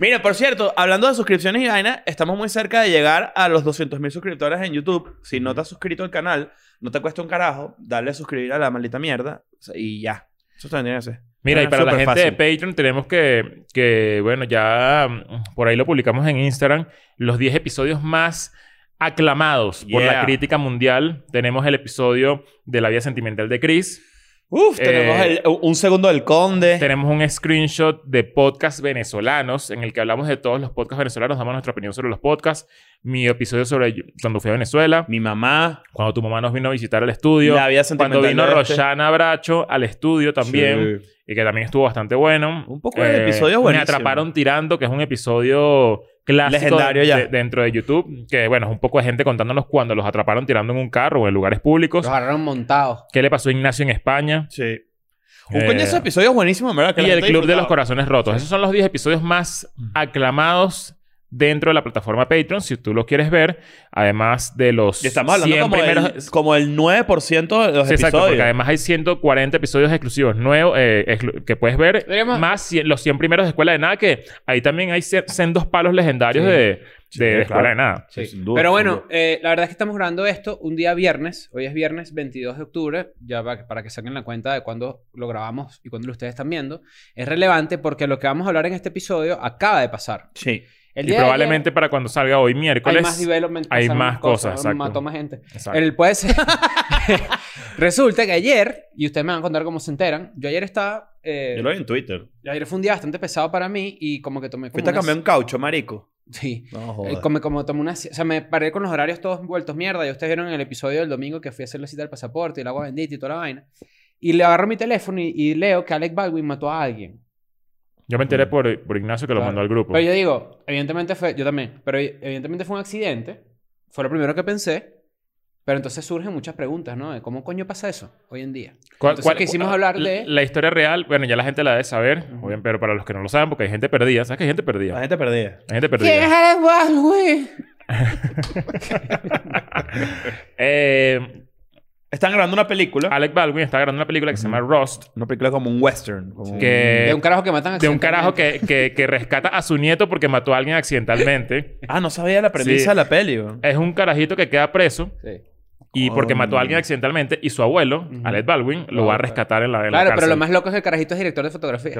Speaker 4: Mira, por cierto, hablando de suscripciones y vaina, estamos muy cerca de llegar a los 200.000 suscriptores en YouTube. Si no te has suscrito al canal, no te cuesta un carajo darle a suscribir a la maldita mierda o sea, y ya. Eso tendría que ser.
Speaker 2: Mira, y
Speaker 4: Ah,
Speaker 2: para la gente
Speaker 4: súper
Speaker 2: de
Speaker 4: fácil.
Speaker 2: Patreon tenemos que, que, bueno, ya mm, por ahí lo publicamos en Instagram, los 10 episodios más aclamados por
Speaker 4: Yeah.
Speaker 2: la crítica mundial. Tenemos el episodio de la vida sentimental de Chris.
Speaker 4: Uf,
Speaker 2: Eh,
Speaker 4: tenemos el- un segundo del
Speaker 2: <laughs>
Speaker 4: conde.
Speaker 2: Tenemos un screenshot de podcasts venezolanos en el que hablamos de todos los podcasts venezolanos, damos nuestra opinión sobre los podcasts. Mi episodio sobre yo- cuando fui a Venezuela,
Speaker 4: mi mamá.
Speaker 2: cuando tu mamá nos vino a visitar al estudio.
Speaker 4: la vida
Speaker 2: Cuando
Speaker 4: sentimental
Speaker 2: vino
Speaker 4: de este.
Speaker 2: Roshana Bracho al estudio también.
Speaker 4: Sí.
Speaker 2: y que también estuvo bastante bueno. Eh,
Speaker 4: Un poco de episodio
Speaker 2: Me
Speaker 4: buenísimo.
Speaker 2: atraparon tirando, que es un episodio clásico
Speaker 4: Legendario
Speaker 2: de-
Speaker 4: ya.
Speaker 2: de- dentro de YouTube, que bueno, es un poco de gente contándonos cuando los atraparon tirando en un carro o en lugares públicos.
Speaker 3: Los agarraron montados.
Speaker 2: ¿Qué le pasó a Ignacio en España?
Speaker 4: Sí. Un
Speaker 2: Eh,
Speaker 4: coño de esos episodios buenísimos, ¿verdad? Que
Speaker 2: Y
Speaker 4: la
Speaker 2: el
Speaker 4: gente
Speaker 2: Club de los
Speaker 4: disfrutaba.
Speaker 2: Corazones Rotos. Esos son los 10 episodios más aclamados dentro de la plataforma Patreon, si tú los quieres ver. Además de los
Speaker 4: Y estamos hablando
Speaker 2: 100
Speaker 4: como,
Speaker 2: primeros...
Speaker 4: el, como el 9% de los
Speaker 2: Sí,
Speaker 4: episodios.
Speaker 2: exacto, porque además hay 140 episodios exclusivos nuevos eh, exclu- que puedes ver,
Speaker 3: Deberíamos-
Speaker 2: más cien- los 100 primeros de Escuela de Nada, que ahí también hay cien- sendos palos legendarios
Speaker 3: Sí.
Speaker 2: de, de
Speaker 4: Sí, claro.
Speaker 2: Escuela de Nada.
Speaker 4: Sí,
Speaker 3: Sí.
Speaker 4: sin duda,
Speaker 3: Pero
Speaker 4: sin
Speaker 3: bueno,
Speaker 4: duda.
Speaker 3: eh, la verdad es que estamos grabando esto un día viernes. Hoy es viernes 22 de octubre. Ya pa- para, que saquen la cuenta de cuándo lo grabamos y cuándo lo ustedes están viendo. Es relevante porque lo que vamos a hablar en este episodio acaba de pasar.
Speaker 4: Sí.
Speaker 3: El
Speaker 2: Y
Speaker 3: día de
Speaker 2: probablemente para cuando salga hoy
Speaker 3: ayer hay más
Speaker 2: miércoles.
Speaker 3: development.
Speaker 2: hay
Speaker 3: pasaron
Speaker 2: más cosas, exacto.
Speaker 3: Mató más gente.
Speaker 2: Exacto.
Speaker 3: El puede ser. <laughs> Resulta que ayer, y ustedes me van a contar cómo se enteran, yo ayer estaba. eh,
Speaker 4: Yo lo vi en Twitter.
Speaker 3: Ayer fue un día bastante pesado para mí y como que tomé. Como
Speaker 4: Fuiste a
Speaker 3: unas-
Speaker 4: cambiar un caucho, marico.
Speaker 3: Sí.
Speaker 4: No,
Speaker 3: Eh, Como, como tomé una... O sea, me paré con los horarios todos vueltos mierda. Y ustedes vieron en el episodio del domingo que fui a hacer la cita del pasaporte y el agua bendita y toda la vaina. Y le agarro mi teléfono y, y leo que Alec Baldwin mató a alguien.
Speaker 2: Yo me enteré por, por Ignacio que lo
Speaker 3: Claro.
Speaker 2: mandó al grupo.
Speaker 3: Pero yo digo, evidentemente fue... Yo también. Pero evidentemente fue un accidente. Fue lo primero que pensé. Pero entonces surgen muchas preguntas, ¿no? De ¿Cómo coño pasa eso hoy en día?
Speaker 2: ¿Cuál-
Speaker 3: Entonces
Speaker 2: cuál-
Speaker 3: quisimos
Speaker 2: cuál-
Speaker 3: hablar
Speaker 2: la-
Speaker 3: de-
Speaker 2: La historia real, bueno, ya la gente la debe saber,
Speaker 3: Ujú.
Speaker 2: obviamente, pero para los que no lo saben, porque hay gente perdida. ¿Sabes que hay gente
Speaker 4: La
Speaker 2: perdida?
Speaker 4: gente perdida.
Speaker 2: Hay gente
Speaker 3: ¿Quién es
Speaker 2: perdida.
Speaker 3: Alec Baldwin?
Speaker 2: <laughs> Eh,
Speaker 4: Están grabando una película.
Speaker 2: Alec Baldwin está grabando una película que se llama Rust,
Speaker 4: Una película como un western. Como
Speaker 2: que...
Speaker 3: de un carajo que matan
Speaker 2: de un carajo
Speaker 3: accidentalmente.
Speaker 2: que, que- que rescata a su nieto porque mató a alguien accidentalmente.
Speaker 4: Ah, no sabía la premisa
Speaker 2: Sí.
Speaker 4: de la peli. weón.
Speaker 2: Es un carajito que queda preso
Speaker 3: Sí.
Speaker 2: y porque
Speaker 4: Coño.
Speaker 2: mató a alguien accidentalmente y su abuelo,
Speaker 3: Ujú.
Speaker 2: Alec Baldwin, lo va a
Speaker 3: Claro,
Speaker 2: rescatar en la, en la
Speaker 3: Claro, pero
Speaker 2: cárcel.
Speaker 3: lo más loco es que el carajito es director de fotografía.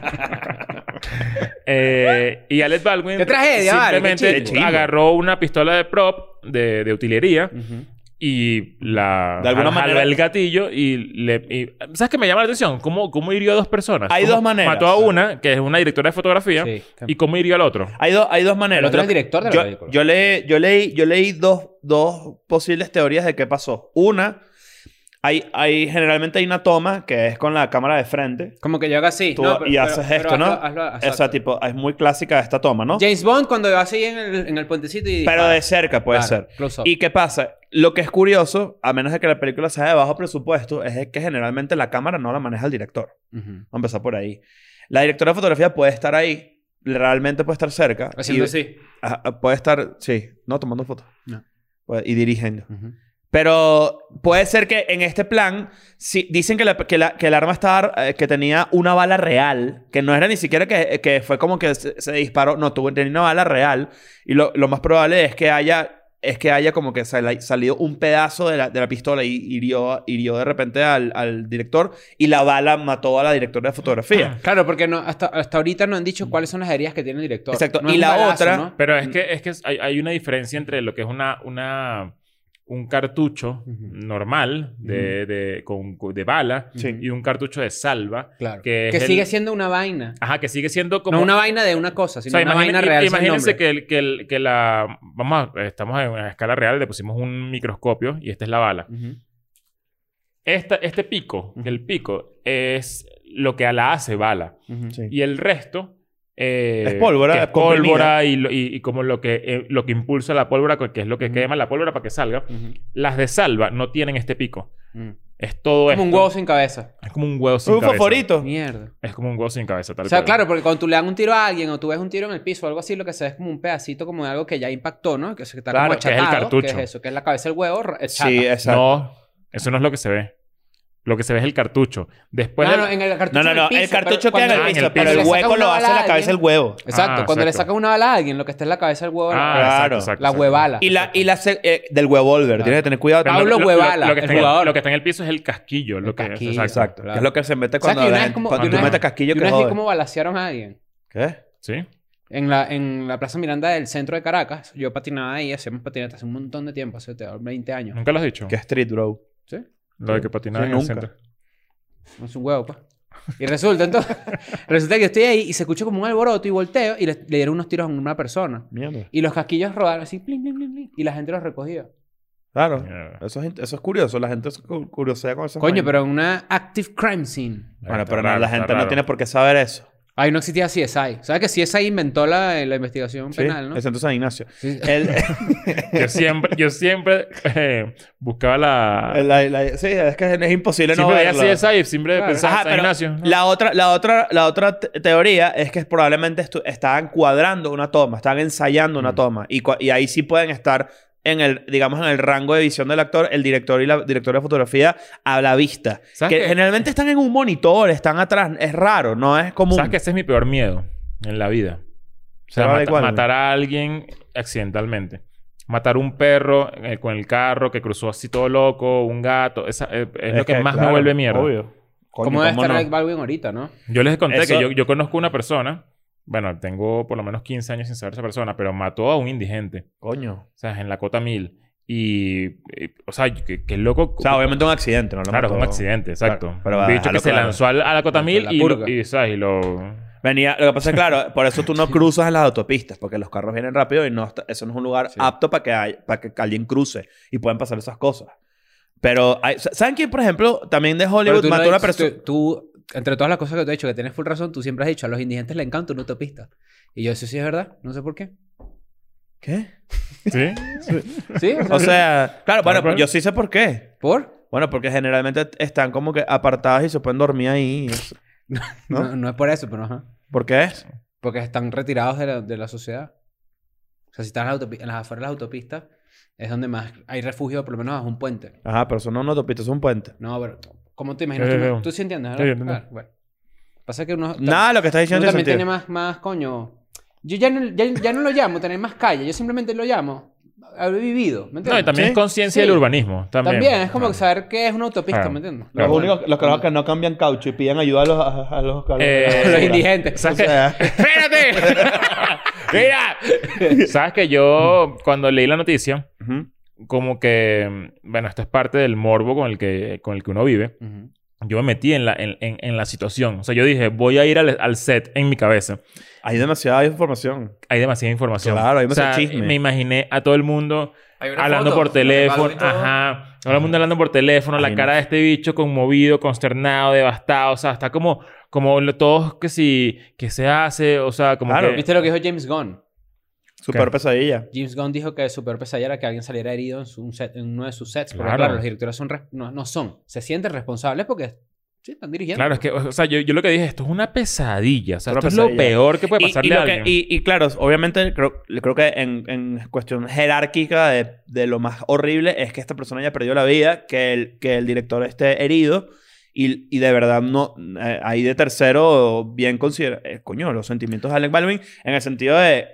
Speaker 2: <laughs>
Speaker 3: <laughs>
Speaker 2: Eh, y Alec Baldwin
Speaker 3: ¡Qué tragedia, vale! ¡Qué
Speaker 2: simplemente
Speaker 4: chimbo!
Speaker 2: agarró una pistola de prop de, de utilería
Speaker 3: Ujú.
Speaker 2: y la
Speaker 4: De alguna
Speaker 2: jaló
Speaker 4: manera-
Speaker 2: el gatillo y le y- ¿sabes qué me llama la atención? ¿Cómo, cómo hirió a dos personas?
Speaker 4: Hay
Speaker 2: ¿Cómo
Speaker 4: dos maneras.
Speaker 2: Mató a una, que es una directora de fotografía,
Speaker 3: Sí.
Speaker 2: y cómo hirió al otro.
Speaker 4: Hay, dos hay dos maneras.
Speaker 3: El otro
Speaker 4: Lo-
Speaker 3: es el director de la
Speaker 4: yo,
Speaker 3: película.
Speaker 4: Yo leí, yo leí, yo leí dos, dos posibles teorías de qué pasó. Una, hay, hay, generalmente hay una toma que es con la cámara de frente.
Speaker 3: Como que yo haga así.
Speaker 4: Tú-
Speaker 3: No, pero-
Speaker 4: y
Speaker 3: pero-
Speaker 4: haces
Speaker 3: pero
Speaker 4: esto, ¿no?
Speaker 3: hazlo- hazlo-
Speaker 4: O sea,
Speaker 3: exacto.
Speaker 4: tipo, es muy clásica esta toma, ¿no?
Speaker 3: James Bond cuando va así en el, en el puentecito y...
Speaker 4: Pero de cerca puede ser. ¿Y qué pasa? Lo que es curioso, a menos de que la película sea de bajo presupuesto, es que generalmente la cámara no la maneja el director. Vamos a empezar por ahí. La directora de fotografía puede estar ahí, realmente puede estar cerca.
Speaker 3: Haciendo
Speaker 4: y-
Speaker 3: así.
Speaker 4: Ajá, ajá, puede estar, sí, no tomando fotos.
Speaker 3: No.
Speaker 4: Puede- Y dirigiendo. Pero puede ser que en este plan, si, dicen que, la- que, la- que el arma estaba, eh, que tenía una bala real, que no era ni siquiera que, que fue como que se, se disparó, no, tuvo, tenía una bala real. Y lo, lo más probable es que haya, es que haya como que sal- salido un pedazo de la, de la pistola y hirió, hirió de repente al, al director y la bala mató a la directora de fotografía.
Speaker 3: Claro, porque no, hasta, hasta ahorita no han dicho cuáles son las heridas que tiene el director.
Speaker 4: Exacto.
Speaker 3: No es
Speaker 4: Y
Speaker 3: un
Speaker 4: la
Speaker 3: balazo,
Speaker 4: otra-
Speaker 3: ¿no?
Speaker 2: Pero es que, es que hay, hay una diferencia entre lo que es una, una, un cartucho
Speaker 3: Ujú.
Speaker 2: normal de, de, con- con- de bala
Speaker 4: Sí.
Speaker 2: y un cartucho de salva.
Speaker 3: Claro.
Speaker 2: Que
Speaker 3: Que,
Speaker 2: es el-
Speaker 3: sigue siendo una vaina.
Speaker 4: Ah,
Speaker 2: Ajá, que sigue siendo como...
Speaker 3: No una vaina de una cosa,
Speaker 2: o
Speaker 3: sino
Speaker 2: sea,
Speaker 3: una
Speaker 2: imaginen-
Speaker 3: vaina real. sin
Speaker 2: imagínense
Speaker 3: nombre.
Speaker 2: que, el- que, el- que la... Vamos, a- estamos en una escala real, le pusimos un microscopio y esta es la bala.
Speaker 3: Ujú.
Speaker 2: Esta, este pico,
Speaker 3: Ujú.
Speaker 2: el pico, es lo que a la hace bala.
Speaker 3: Ujú.
Speaker 4: Sí.
Speaker 2: Y el resto... eh,
Speaker 4: Es pólvora,
Speaker 2: que es
Speaker 4: comprimida.
Speaker 2: pólvora y, lo- y- y como lo que, eh, lo que impulsa la pólvora, que es lo que
Speaker 3: Ujú.
Speaker 2: quema la pólvora para que salga.
Speaker 3: Ujú.
Speaker 2: Las de salva no tienen este pico.
Speaker 3: Ujú.
Speaker 2: Es todo
Speaker 3: Como un
Speaker 2: esto.
Speaker 3: huevo sin cabeza.
Speaker 2: Es como un huevo sin
Speaker 4: Un
Speaker 2: cabeza.
Speaker 4: favorito.
Speaker 3: Mierda.
Speaker 2: Es como un huevo sin cabeza, tal
Speaker 3: O sea,
Speaker 2: cual.
Speaker 3: claro, porque cuando tú le dan un tiro a alguien o tú ves un tiro en el piso o algo así, lo que se ve es como un pedacito como de algo que ya impactó, ¿no? Que, se- que está
Speaker 2: Claro,
Speaker 3: como
Speaker 2: que es el
Speaker 3: achatado.
Speaker 2: cartucho.
Speaker 3: Que es eso, que es la cabeza del huevo. ra- chata.
Speaker 4: Sí, eh, exacto.
Speaker 2: No, eso no es lo que se ve. Lo que se ve es el cartucho. Después
Speaker 3: no,
Speaker 2: del-
Speaker 3: no, en el cartucho.
Speaker 4: pues No, no,
Speaker 3: en
Speaker 4: no.
Speaker 3: piso,
Speaker 4: El cartucho
Speaker 3: pero
Speaker 4: queda en
Speaker 3: cuando-
Speaker 4: el
Speaker 2: Ah, en el
Speaker 4: piso, pero
Speaker 2: piso.
Speaker 4: el
Speaker 3: Le saca
Speaker 4: hueco
Speaker 3: una
Speaker 4: lo hace
Speaker 3: bala a
Speaker 4: la cabeza
Speaker 3: alguien.
Speaker 4: el huevo.
Speaker 3: Exacto,
Speaker 2: Ah,
Speaker 3: cuando le
Speaker 2: exacto.
Speaker 3: sacas una bala a alguien, lo que está en la cabeza del huevo.
Speaker 2: Ah,
Speaker 3: la-
Speaker 4: Claro.
Speaker 2: exacto, exacto,
Speaker 3: La
Speaker 2: exacto.
Speaker 3: huevala.
Speaker 4: Y la, y la se- eh, del huevólver.
Speaker 3: Claro.
Speaker 4: Tienes que tener cuidado.
Speaker 2: Pero
Speaker 3: Pablo
Speaker 2: lo- lo-
Speaker 3: Huevala,
Speaker 2: Lo, que está
Speaker 3: el
Speaker 2: en
Speaker 3: jugador.
Speaker 2: lo que está en el piso es el casquillo. lo que,
Speaker 3: casquillo.
Speaker 2: Exacto.
Speaker 4: Exacto.
Speaker 3: Claro.
Speaker 4: Que es lo que se mete
Speaker 3: O sea,
Speaker 4: cuando,
Speaker 3: que una
Speaker 4: la-
Speaker 3: vez como-
Speaker 4: cuando
Speaker 3: una
Speaker 4: tú
Speaker 3: vez-
Speaker 4: metes casquillo
Speaker 3: Y
Speaker 4: que
Speaker 3: una vez vi
Speaker 4: jode.
Speaker 3: cómo balasearon a alguien.
Speaker 4: ¿Qué?
Speaker 2: ¿Sí?
Speaker 3: En la, en la Plaza Miranda del centro de Caracas, yo patinaba ahí, hacíamos patineta hace un montón de tiempo, hace te- 20 años.
Speaker 2: ¿Nunca lo has dicho?
Speaker 4: ¿Qué street, bro?
Speaker 3: ¿Sí?
Speaker 2: Lo de que patinaba
Speaker 4: Sí,
Speaker 2: en el
Speaker 4: nunca.
Speaker 2: centro.
Speaker 3: No es un huevo, pues. Y resulta, entonces, <laughs> resulta que yo estoy ahí y se escucha como un alboroto y volteo y le, le dieron unos tiros a una persona.
Speaker 4: Mierda.
Speaker 3: Y los casquillos rodaron así, plin, plin, plin, plin, y la gente los recogía.
Speaker 4: Claro.
Speaker 2: Yeah.
Speaker 4: Eso, es, int- eso es curioso. La gente es cu- curiosea con eso.
Speaker 3: Coño, pero en una active crime scene.
Speaker 4: Bueno,
Speaker 2: Está
Speaker 4: pero no,
Speaker 2: raro,
Speaker 4: la
Speaker 2: está
Speaker 4: gente no
Speaker 2: raro.
Speaker 4: tiene por qué saber eso.
Speaker 3: Ay, no existía CSI. ¿Sabes que CSI inventó la, la investigación
Speaker 4: Sí,
Speaker 3: penal, no?
Speaker 4: el Santo San Ignacio.
Speaker 3: Sí, sí.
Speaker 4: El- <laughs>
Speaker 2: Yo siempre, yo siempre <laughs> eh, buscaba la...
Speaker 4: el- la- la- sí, es que es imposible no
Speaker 2: siempre veía
Speaker 4: verlo.
Speaker 2: CSI, siempre
Speaker 3: Claro.
Speaker 2: pensaba
Speaker 4: Ajá,
Speaker 2: en San
Speaker 4: pero
Speaker 2: Ignacio. ¿no?
Speaker 4: La otra, la otra, la otra te- teoría es que probablemente estu- estaban cuadrando una toma, estaban ensayando una
Speaker 2: Mm.
Speaker 4: toma. Y, cua- y ahí sí pueden estar en el, digamos, en el rango de visión del actor, el director y la directora de fotografía a la vista. Que
Speaker 2: ¿Sabes qué?
Speaker 4: generalmente están en un monitor, están atrás. Es raro, no es común.
Speaker 2: ¿Sabes que ese es mi peor miedo en la vida? O sea,
Speaker 4: Pero vale,
Speaker 2: mata-
Speaker 4: ¿cuál?
Speaker 2: matar a alguien accidentalmente. Matar un perro eh, con el carro que cruzó así todo loco, un gato. esa- eh, es, lo que, más me
Speaker 4: claro,
Speaker 2: vuelve mierda.
Speaker 4: Obvio. Coño,
Speaker 3: ¿Cómo debe
Speaker 4: ¿cómo
Speaker 3: estar
Speaker 4: no?
Speaker 3: Alec Baldwin ahorita, no?
Speaker 2: Yo les conté
Speaker 4: Eso-
Speaker 2: que yo, yo conozco una persona. Bueno, tengo por lo menos 15 años sin saber esa persona, pero mató a un indigente.
Speaker 4: Coño.
Speaker 2: O sea, en la cota mil. Y, eh, o sea, que, que loco.
Speaker 4: O sea, obviamente un accidente, ¿no? Lo
Speaker 2: claro, es un
Speaker 4: mató.
Speaker 2: accidente, exacto.
Speaker 4: Claro, pero
Speaker 2: un
Speaker 4: va,
Speaker 2: bicho que
Speaker 4: déjalo
Speaker 2: se
Speaker 4: claro.
Speaker 2: lanzó al- a la cota
Speaker 3: Con
Speaker 2: mil
Speaker 3: la
Speaker 2: y, lo-
Speaker 3: purga.
Speaker 2: y, ¿sabes? Y lo...
Speaker 4: Venía, lo que pasa es claro, por eso tú
Speaker 3: <laughs>
Speaker 4: no cruzas en las autopistas, porque los carros vienen rápido y no está- eso no es un lugar apto para que, hay- para que alguien cruce y pueden pasar esas cosas. Pero, hay- ¿saben quién, por ejemplo, también de Hollywood
Speaker 3: Pero tú
Speaker 4: mató
Speaker 3: no
Speaker 4: a una
Speaker 3: has-
Speaker 4: persona?
Speaker 3: Tú, tú, entre todas las cosas que te he dicho, que tienes full razón, tú siempre has dicho, a los indigentes le encanta una autopista. Y yo, eso sí es verdad. No sé por qué.
Speaker 4: ¿Qué?
Speaker 2: ¿Sí?
Speaker 3: ¿Sí?
Speaker 4: <laughs> O sea, claro, bueno,
Speaker 2: pero-
Speaker 4: yo sí sé por qué.
Speaker 3: ¿Por?
Speaker 4: Bueno, porque generalmente están como que apartadas y se pueden dormir ahí. Es- ¿No?
Speaker 3: ¿No? No, es por eso, pero ajá.
Speaker 4: ¿Por qué es?
Speaker 3: Porque están retirados de la, de la sociedad. O sea, si están en, las autopi- en las afueras de las autopistas, es donde más hay refugio, por lo menos bajo un puente.
Speaker 4: Ajá, pero eso no es una autopista, es un puente.
Speaker 3: No, pero ¿cómo te imaginas?
Speaker 2: Sí,
Speaker 3: tú,
Speaker 2: sí,
Speaker 3: me-
Speaker 2: sí.
Speaker 3: tú sí entiendes,
Speaker 2: Sí, yo
Speaker 3: ¿verdad?
Speaker 2: entiendo.
Speaker 3: Claro, bueno. Pasa que uno...
Speaker 4: Nada, de lo que estás
Speaker 3: Uno
Speaker 4: diciendo
Speaker 3: también
Speaker 4: tiene
Speaker 3: tiene
Speaker 4: sentido.
Speaker 3: más, más coño. Yo ya no, ya, ya no lo llamo tener más calle, yo simplemente lo llamo haber vivido. ¿Me
Speaker 2: No, y
Speaker 3: entiendes?
Speaker 2: también
Speaker 4: ¿Sí?
Speaker 2: es conciencia
Speaker 3: Sí.
Speaker 2: del urbanismo. También,
Speaker 3: también, es como saber qué es una autopista,
Speaker 2: Claro.
Speaker 3: ¿me entiendes?
Speaker 2: Los
Speaker 3: Pero bueno,
Speaker 4: únicos, los carajos que no cambian caucho y piden ayuda a los, a, a los, a <laughs> los-
Speaker 2: Eh,
Speaker 4: a
Speaker 3: Ah. los indigentes.
Speaker 2: ¿Sabes <laughs>
Speaker 4: O sea-
Speaker 2: qué? ¡Espérate! <laughs> ¡Mira! ¿Sabes que yo, cuando leí la noticia,
Speaker 4: Ujú.
Speaker 2: como que... Bueno, esto es parte del morbo con el que, con el que uno vive.
Speaker 3: Ujú.
Speaker 2: Yo me metí en la, en, en- en la situación. O sea, yo dije, voy a ir al, al set en mi cabeza.
Speaker 4: Hay demasiada información.
Speaker 2: Hay demasiada información.
Speaker 4: Claro, hay
Speaker 2: O sea,
Speaker 4: demasiado chisme.
Speaker 2: Me imaginé a todo el mundo
Speaker 5: Hay una
Speaker 2: hablando
Speaker 5: foto
Speaker 2: por
Speaker 5: con el
Speaker 2: teléfono.
Speaker 5: Baldwin todo.
Speaker 2: Ajá. Todo el mundo hablando por teléfono.
Speaker 4: Ay,
Speaker 2: La
Speaker 4: no.
Speaker 2: cara de este bicho conmovido, consternado, devastado. O sea, está como... Como lo- todos que si... Que se hace? O sea, como
Speaker 4: Claro.
Speaker 2: que...
Speaker 3: ¿Viste lo que dijo James Gunn?
Speaker 4: Super
Speaker 2: ¿Qué?
Speaker 4: pesadilla.
Speaker 3: James Gunn dijo que su peor pesadilla era que alguien saliera herido en, su- un set- en uno de sus sets. Porque,
Speaker 2: Claro.
Speaker 3: claro, los directores son res- no, no son. Se sienten responsables porque sí, están dirigiendo.
Speaker 2: Claro, es que, o sea, yo, yo lo que dije, esto es una pesadilla. O sea,
Speaker 4: Una
Speaker 2: esto es lo
Speaker 4: pesadilla.
Speaker 2: peor que puede
Speaker 4: Y-
Speaker 2: pasarle
Speaker 4: y,
Speaker 2: a
Speaker 4: lo que-
Speaker 2: alguien.
Speaker 4: y- y claro, obviamente creo, creo que en, en cuestión jerárquica de, de lo más horrible es que esta persona haya perdido la vida, que el, que el director esté herido y, y de verdad no eh, ahí de tercero bien considera eh, coño los sentimientos de Alec Baldwin en el sentido de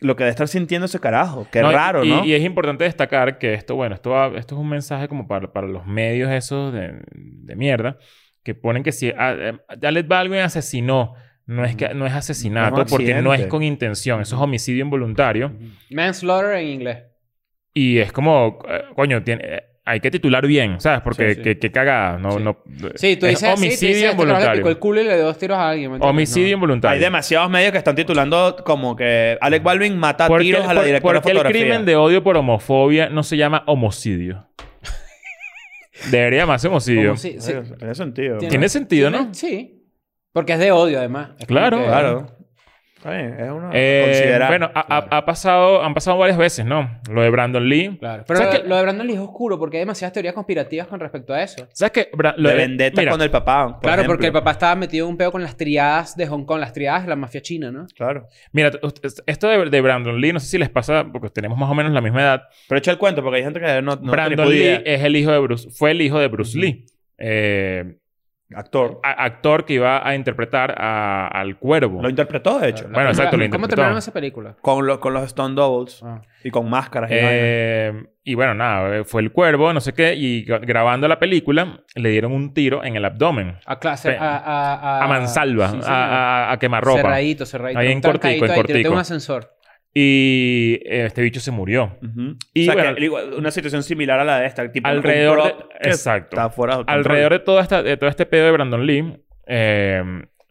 Speaker 4: lo que debe estar sintiendo ese carajo. Qué
Speaker 2: No, y-
Speaker 4: raro,
Speaker 2: y,
Speaker 4: ¿no?
Speaker 2: Y es importante destacar que esto, bueno, esto, va- esto es un mensaje como para, para los medios esos de, de mierda que ponen que si ah, eh, Alec Baldwin asesinó, no es, que, no es asesinato
Speaker 4: No Mm. es un
Speaker 2: porque no es
Speaker 4: accidente. Mm.
Speaker 2: con intención, eso es homicidio involuntario.
Speaker 3: Manslaughter en inglés.
Speaker 2: Y es como, eh, coño, tiene, eh, hay que titular bien, ¿sabes? Porque
Speaker 3: Sí, sí.
Speaker 2: qué, qué cagada. No,
Speaker 3: Sí.
Speaker 2: no,
Speaker 3: Sí, tú
Speaker 2: es
Speaker 3: dices... sí, tú dices,
Speaker 2: homicidio
Speaker 3: este carajo le picó el
Speaker 2: involuntario.
Speaker 3: culo y le dio dos tiros a alguien. ¿me entiendes?
Speaker 2: Homicidio
Speaker 3: No.
Speaker 2: involuntario.
Speaker 4: Hay demasiados medios que están titulando como que Alec Baldwin mata
Speaker 2: ¿Por qué-
Speaker 4: tiros a la
Speaker 2: por-
Speaker 4: directora de
Speaker 2: por qué el
Speaker 4: fotografía.
Speaker 2: crimen de odio por homofobia no se llama
Speaker 4: <laughs>
Speaker 2: homicidio? Debería llamarse homicidio.
Speaker 3: Como si- sí.
Speaker 4: Oye, Tiene sentido.
Speaker 3: Tiene-
Speaker 2: Tiene sentido, ¿no?
Speaker 3: Sí. Porque es de odio, además. Es como
Speaker 2: Claro,
Speaker 3: que-
Speaker 4: Claro. Está bien, es una
Speaker 2: Eh,
Speaker 4: considerada.
Speaker 2: bueno, ha, ha- ha pasado, han pasado varias veces, ¿no? Lo de Brandon Lee.
Speaker 3: Claro. Pero
Speaker 2: ¿Sabes
Speaker 3: lo,
Speaker 2: qué?
Speaker 3: lo de Brandon Lee es oscuro porque hay demasiadas teorías conspirativas con respecto a eso.
Speaker 2: ¿Sabes qué? Bra- lo
Speaker 4: de vendetta
Speaker 2: mira,
Speaker 4: con el papá. por
Speaker 3: claro,
Speaker 4: ejemplo.
Speaker 3: porque el papá estaba metido en un peo con las triadas de Hong Kong, las triadas de la mafia china, ¿no?
Speaker 4: Claro.
Speaker 2: Mira, t- ust- esto de, de Brandon Lee, no sé si les pasa, porque tenemos más o menos la misma edad.
Speaker 4: Pero echa el cuento porque hay gente que no, no
Speaker 2: Brandon
Speaker 4: tiene
Speaker 2: Lee
Speaker 4: idea.
Speaker 2: es el hijo de Bruce, fue el hijo de Bruce Lee. Eh,
Speaker 4: actor.
Speaker 2: a- actor que iba a interpretar a- al cuervo.
Speaker 4: Lo interpretó, de hecho.
Speaker 3: La
Speaker 2: Bueno, exacto, lo
Speaker 3: película- ¿Cómo
Speaker 2: interpretó.
Speaker 3: terminaron esa película?
Speaker 4: Con, lo- con los Stone Doubles
Speaker 3: Ah.
Speaker 4: y con máscaras. y vainas.
Speaker 2: Eh, y bueno, nada, eh, fue el cuervo, no sé qué, y gra- grabando la película le dieron un tiro en el abdomen.
Speaker 3: A clase,
Speaker 2: Pe-
Speaker 3: a, a, a,
Speaker 2: a mansalva,
Speaker 3: Ah, sí, señor.
Speaker 2: a, a- a quemarropa.
Speaker 3: Cerradito, cerradito.
Speaker 2: Ahí
Speaker 3: Un
Speaker 2: en cortico,
Speaker 3: trancadito
Speaker 2: en
Speaker 3: ahí, tiroteo,
Speaker 2: cortico.
Speaker 3: un ascensor.
Speaker 2: Y eh, este bicho se murió.
Speaker 4: Ujú.
Speaker 2: y
Speaker 4: o sea, que
Speaker 2: bueno-
Speaker 4: igual- una situación similar a la de esta. el Tipo
Speaker 2: Alrededor
Speaker 4: un prop
Speaker 2: de-
Speaker 4: que
Speaker 2: exacto.
Speaker 4: Está fuera de control.
Speaker 2: Alrededor de, toda esta, de todo este pedo de Brandon Lee, eh,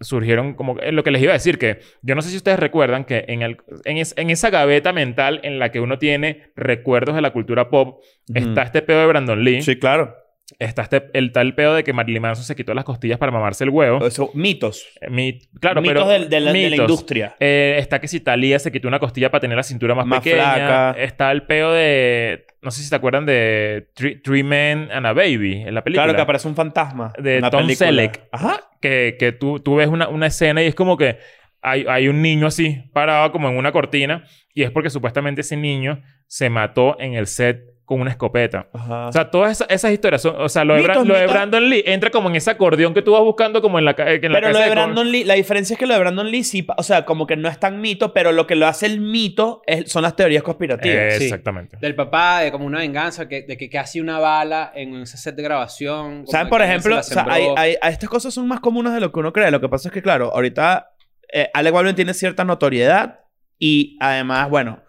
Speaker 2: surgieron como... eh, lo que les iba a decir, que yo no sé si ustedes recuerdan que en, el, en, es- en esa gaveta mental en la que uno tiene recuerdos de la cultura pop,
Speaker 4: Ujú.
Speaker 2: está este pedo de Brandon Lee.
Speaker 4: Sí, claro.
Speaker 2: está este- el tal peo de que Marilyn Manson se quitó las costillas para mamarse el huevo.
Speaker 4: Eso, mitos.
Speaker 2: Eh, mi- claro,
Speaker 5: Pues, mitos
Speaker 2: pero...
Speaker 5: del- de, la, de la
Speaker 2: mitos.
Speaker 5: industria.
Speaker 2: Eh, está que si Talía se quitó una costilla para tener la cintura más,
Speaker 4: Más
Speaker 2: pequeña.
Speaker 4: flaca.
Speaker 2: Está el peo de... No sé si se acuerdan de Three, Three Men and a Baby en la película.
Speaker 4: Claro que aparece un fantasma.
Speaker 2: De
Speaker 4: en la
Speaker 2: Tom Selleck.
Speaker 4: Ajá.
Speaker 2: que, que tú, tú ves una, una escena y es como que hay, hay un niño así parado como en una cortina y es porque supuestamente ese niño se mató en el set con una escopeta.
Speaker 4: Ajá.
Speaker 2: O sea, todas esa- esas, historias son... O sea, lo de, Bra-
Speaker 5: Mitos,
Speaker 2: lo de
Speaker 5: mitos.
Speaker 2: Brandon Lee entra como en ese acordeón que tú vas buscando como en la, ca- en
Speaker 5: Pero
Speaker 2: la
Speaker 5: lo
Speaker 2: casa
Speaker 5: de
Speaker 2: con-
Speaker 5: Brandon Lee, la diferencia es que lo de Brandon Lee sí, pa- o sea, como que no es tan mito, pero lo que lo hace el mito es- son las teorías conspirativas.
Speaker 2: Eh,
Speaker 3: sí.
Speaker 2: Exactamente.
Speaker 3: Del papá, de como una venganza, que, de que casi una bala en ese set de grabación. como
Speaker 5: ¿Saben,
Speaker 3: de
Speaker 5: por
Speaker 3: que alguien
Speaker 5: ejemplo?
Speaker 3: se la
Speaker 5: O sea,
Speaker 3: sembró.
Speaker 5: hay- hay-
Speaker 4: Eh, a estas cosas son más comunes de lo que uno cree. Lo que pasa es que, claro, ahorita eh, Alec Baldwin tiene cierta notoriedad y además, bueno,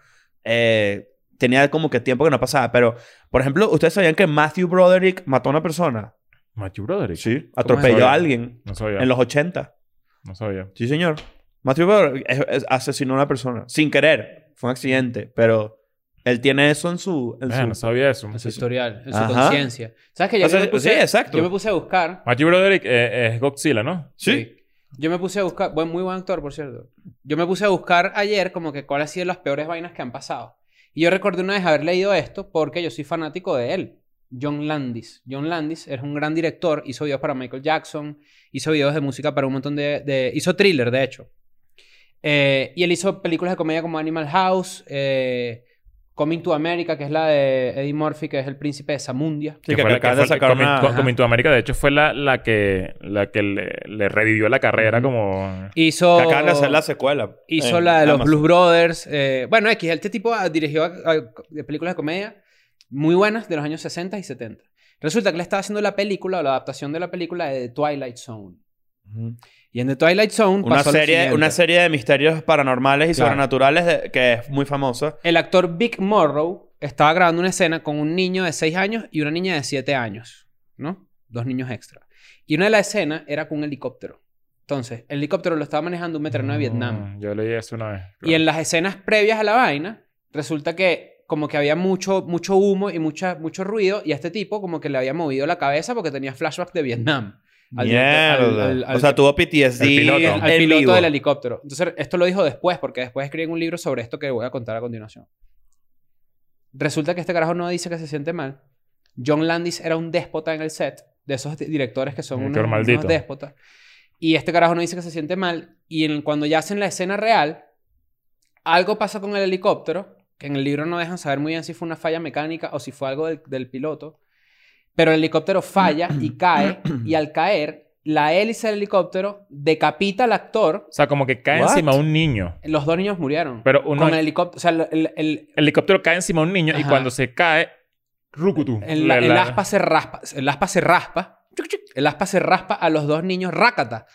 Speaker 4: eh, tenía como que tiempo que no pasaba. Pero, por ejemplo, ¿ustedes sabían que Matthew Broderick mató a una persona?
Speaker 2: Matthew Broderick.
Speaker 4: Sí. Atropelló
Speaker 2: eso?
Speaker 4: a alguien
Speaker 2: No sabía.
Speaker 4: en los 80.
Speaker 2: No sabía.
Speaker 4: Sí, señor. Matthew Broderick es- es- asesinó a una persona sin querer. Fue un accidente, pero él tiene eso en su... en
Speaker 2: Eh,
Speaker 4: su-
Speaker 2: no sabía eso.
Speaker 3: En su historial, en su
Speaker 4: Ajá.
Speaker 3: conciencia. ¿Sabes que yo,
Speaker 4: O sea,
Speaker 3: me puse,
Speaker 4: sí, exacto.
Speaker 3: yo me puse a buscar?
Speaker 2: Matthew Broderick eh, es Godzilla, ¿no?
Speaker 4: Sí.
Speaker 3: Yo me puse a buscar, buen, muy buen actor, por cierto. Yo me puse a buscar ayer como que cuáles han sido las peores vainas que han pasado. Y yo recordé una vez haber leído esto porque yo soy fanático de él, John Landis. John Landis es un gran director, hizo videos para Michael Jackson, hizo videos de música para un montón de... de- hizo thriller, de hecho. Eh, y él hizo películas de comedia como Animal House, eh, Coming to America, que es la de Eddie Murphy, que es el príncipe de Zamundia.
Speaker 4: Sí, que acaba de sacar
Speaker 2: Coming,
Speaker 4: una-
Speaker 2: Co-
Speaker 4: ajá.
Speaker 2: Coming to America, de hecho, fue la, la que, la que le, le revivió la carrera como...
Speaker 3: Hizo...
Speaker 4: Que acaban de hacer la secuela.
Speaker 3: Hizo
Speaker 4: en
Speaker 3: la de los
Speaker 4: Eh, Amazon.
Speaker 3: Blues Brothers. eh, bueno, X, este tipo ah, dirigió a- a- de películas de comedia muy buenas de los años 60 y 70. Resulta que le estaba haciendo la película o la adaptación de la película de The Twilight Zone.
Speaker 4: Ujú.
Speaker 3: Y en The Twilight Zone
Speaker 4: Una
Speaker 3: pasó lo
Speaker 4: serie,
Speaker 3: siguiente.
Speaker 4: una serie de misterios paranormales y
Speaker 3: Claro.
Speaker 4: sobrenaturales de- que es muy famosa.
Speaker 3: El actor Vic Morrow estaba grabando una escena con un niño de 6 años y una niña de 7 años, ¿no? Dos niños extra. Y una de las escenas era con un helicóptero. Entonces, el helicóptero lo estaba manejando un veterano de Vietnam.
Speaker 2: Mm, Yo leí eso una vez.
Speaker 3: Y en las escenas previas a la vaina, resulta que como que había mucho, mucho humo y mucha, mucho ruido, y a este tipo como que le había movido la cabeza porque tenía flashbacks de Vietnam. Al- al-
Speaker 4: Mierda.
Speaker 3: al- al-
Speaker 4: o sea, tuvo PTSD
Speaker 2: al piloto.
Speaker 4: en
Speaker 3: al piloto
Speaker 4: vivo.
Speaker 3: del helicóptero. Entonces, esto lo dijo después, porque después escriben un libro sobre esto que voy a contar a continuación. Resulta que este carajo no dice que se siente mal. John Landis era un déspota en el set, de esos di- directores que son
Speaker 2: Director
Speaker 3: unos, unos
Speaker 2: maldito.
Speaker 3: déspotas. Y este carajo no dice que se siente mal. Y en- cuando ya hacen la escena real, algo pasa con el helicóptero, que en el libro no dejan saber muy bien si fue una falla mecánica o si fue algo del, del piloto. Pero el helicóptero falla
Speaker 2: <clears throat>
Speaker 3: y cae, y al caer, la hélice del helicóptero decapita al actor.
Speaker 2: O sea, como que cae
Speaker 4: What?
Speaker 2: encima un niño.
Speaker 3: Los dos niños murieron.
Speaker 2: Pero uno-
Speaker 3: Con el helicóptero. O sea, el, el- el-
Speaker 2: El helicóptero cae encima de un niño y
Speaker 3: Ajá.
Speaker 2: cuando se cae, rucutu.
Speaker 3: el-
Speaker 2: La-
Speaker 3: el
Speaker 2: la-
Speaker 3: aspa se raspa. El aspa se raspa. chuc, chuc, El aspa se raspa a los dos niños rácata.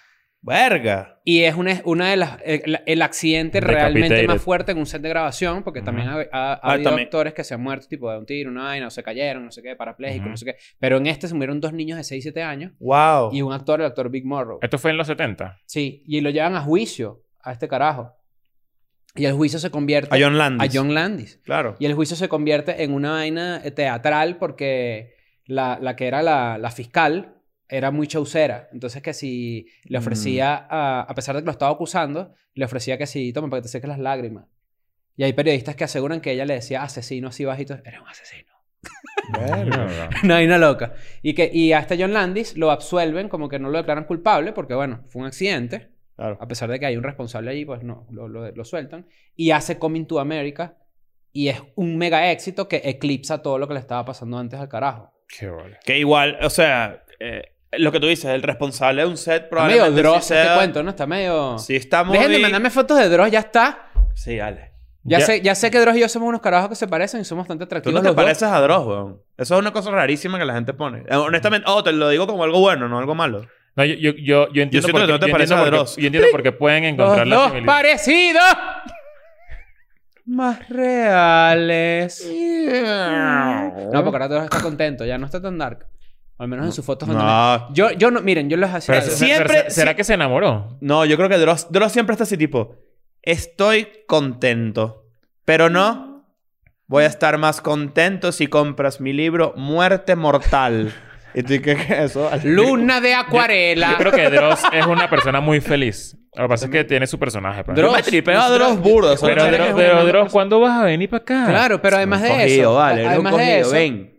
Speaker 4: Verga.
Speaker 3: Y es una, una de las... El, el accidente realmente
Speaker 2: Decapitated.
Speaker 3: más fuerte en un set de grabación, porque también ha, ha- ha
Speaker 4: Ah,
Speaker 3: habido
Speaker 4: también.
Speaker 3: actores que se han muerto, tipo de un tiro, una vaina, o se cayeron, no sé qué, parapléjicos,
Speaker 2: Ujú.
Speaker 3: no sé qué. Pero en este se murieron dos niños de 6, 7 años
Speaker 4: Wow.
Speaker 3: y un actor, el actor Big Morrow.
Speaker 2: Esto fue en los 70.
Speaker 3: Sí, y lo llevan a juicio a este carajo. Y el juicio se convierte
Speaker 4: A John Landis.
Speaker 3: a John Landis.
Speaker 4: Claro.
Speaker 3: Y el juicio se convierte en una vaina eh, teatral porque la, la que era la, la fiscal era muy chaucera. Entonces que si le ofrecía, a, a pesar de que lo estaba acusando, le ofrecía que si toma para que te seques las lágrimas. Y hay periodistas que aseguran que ella le decía asesino así bajito. Era un asesino.
Speaker 2: Mierda.
Speaker 3: Una vaina loca. Y, que, y a este John Landis lo absuelven, como que no lo declaran culpable porque, bueno, fue un accidente.
Speaker 4: Claro.
Speaker 3: A pesar de que hay un responsable allí, pues no, lo, lo- lo sueltan. Y hace Coming to America. Y es un mega éxito que eclipsa todo lo que le estaba pasando antes al carajo.
Speaker 2: Qué bola.
Speaker 4: Que igual, o sea, eh, lo que tú dices, el responsable de un set
Speaker 3: Está medio
Speaker 4: probablemente
Speaker 3: Dross
Speaker 4: sí
Speaker 3: este
Speaker 4: sea-
Speaker 3: cuento, ¿no? Está medio...
Speaker 4: Sí, está muy...
Speaker 3: Dejen de mandarme fotos de Dross, ya está.
Speaker 4: Sí, dale.
Speaker 3: Ya,
Speaker 2: Ya-
Speaker 3: Sé, ya sé que Dross y yo somos unos carajos que se parecen y somos bastante
Speaker 4: Tú
Speaker 3: atractivos
Speaker 4: no te
Speaker 3: los dos.
Speaker 4: pareces a Dross, weón. Eso es una cosa rarísima que la gente pone. Eh, honestamente, oh, te lo digo como algo bueno, no algo malo.
Speaker 2: No, yo, yo, yo, yo entiendo
Speaker 4: siento
Speaker 2: por
Speaker 4: que
Speaker 2: qué-
Speaker 4: no te
Speaker 2: yo
Speaker 4: pareces
Speaker 2: entiendo
Speaker 4: a
Speaker 2: por qué-
Speaker 4: Dross.
Speaker 2: Yo entiendo por qué pueden encontrar
Speaker 3: ¡Los
Speaker 2: la
Speaker 3: dos
Speaker 2: similitud.
Speaker 3: parecidos! Más reales. No, porque ahora Dross está contento. Ya no está tan dark. O al menos en sus fotos. cuando me-
Speaker 4: No.
Speaker 3: Yo, yo no... Miren, yo los hacía...
Speaker 2: Pero
Speaker 3: algo.
Speaker 2: se-
Speaker 4: Siempre-
Speaker 2: pero se- ¿Será
Speaker 4: sí.
Speaker 2: que se enamoró?
Speaker 4: No, yo creo que Dross, Dross siempre está así tipo, estoy contento, pero no voy a estar más contento si compras mi libro Muerte Mortal. ¿Y tú qué qué es eso?
Speaker 3: <laughs> Luna de acuarela.
Speaker 2: Yo creo que Dross es una persona muy feliz. Lo que pasa es que tiene su personaje. pues.
Speaker 3: Dross.
Speaker 4: Me tripeo a Dross burdo. solo
Speaker 2: Pero,
Speaker 4: sé que
Speaker 2: Dross,
Speaker 4: es
Speaker 2: pero,
Speaker 4: una-
Speaker 2: Dross, ¿cuándo vas a venir para acá?
Speaker 3: Claro, pero además de
Speaker 4: Cogido,
Speaker 3: eso.
Speaker 4: vale. Eres un
Speaker 3: además de
Speaker 4: cogido,
Speaker 3: eso,
Speaker 4: ven.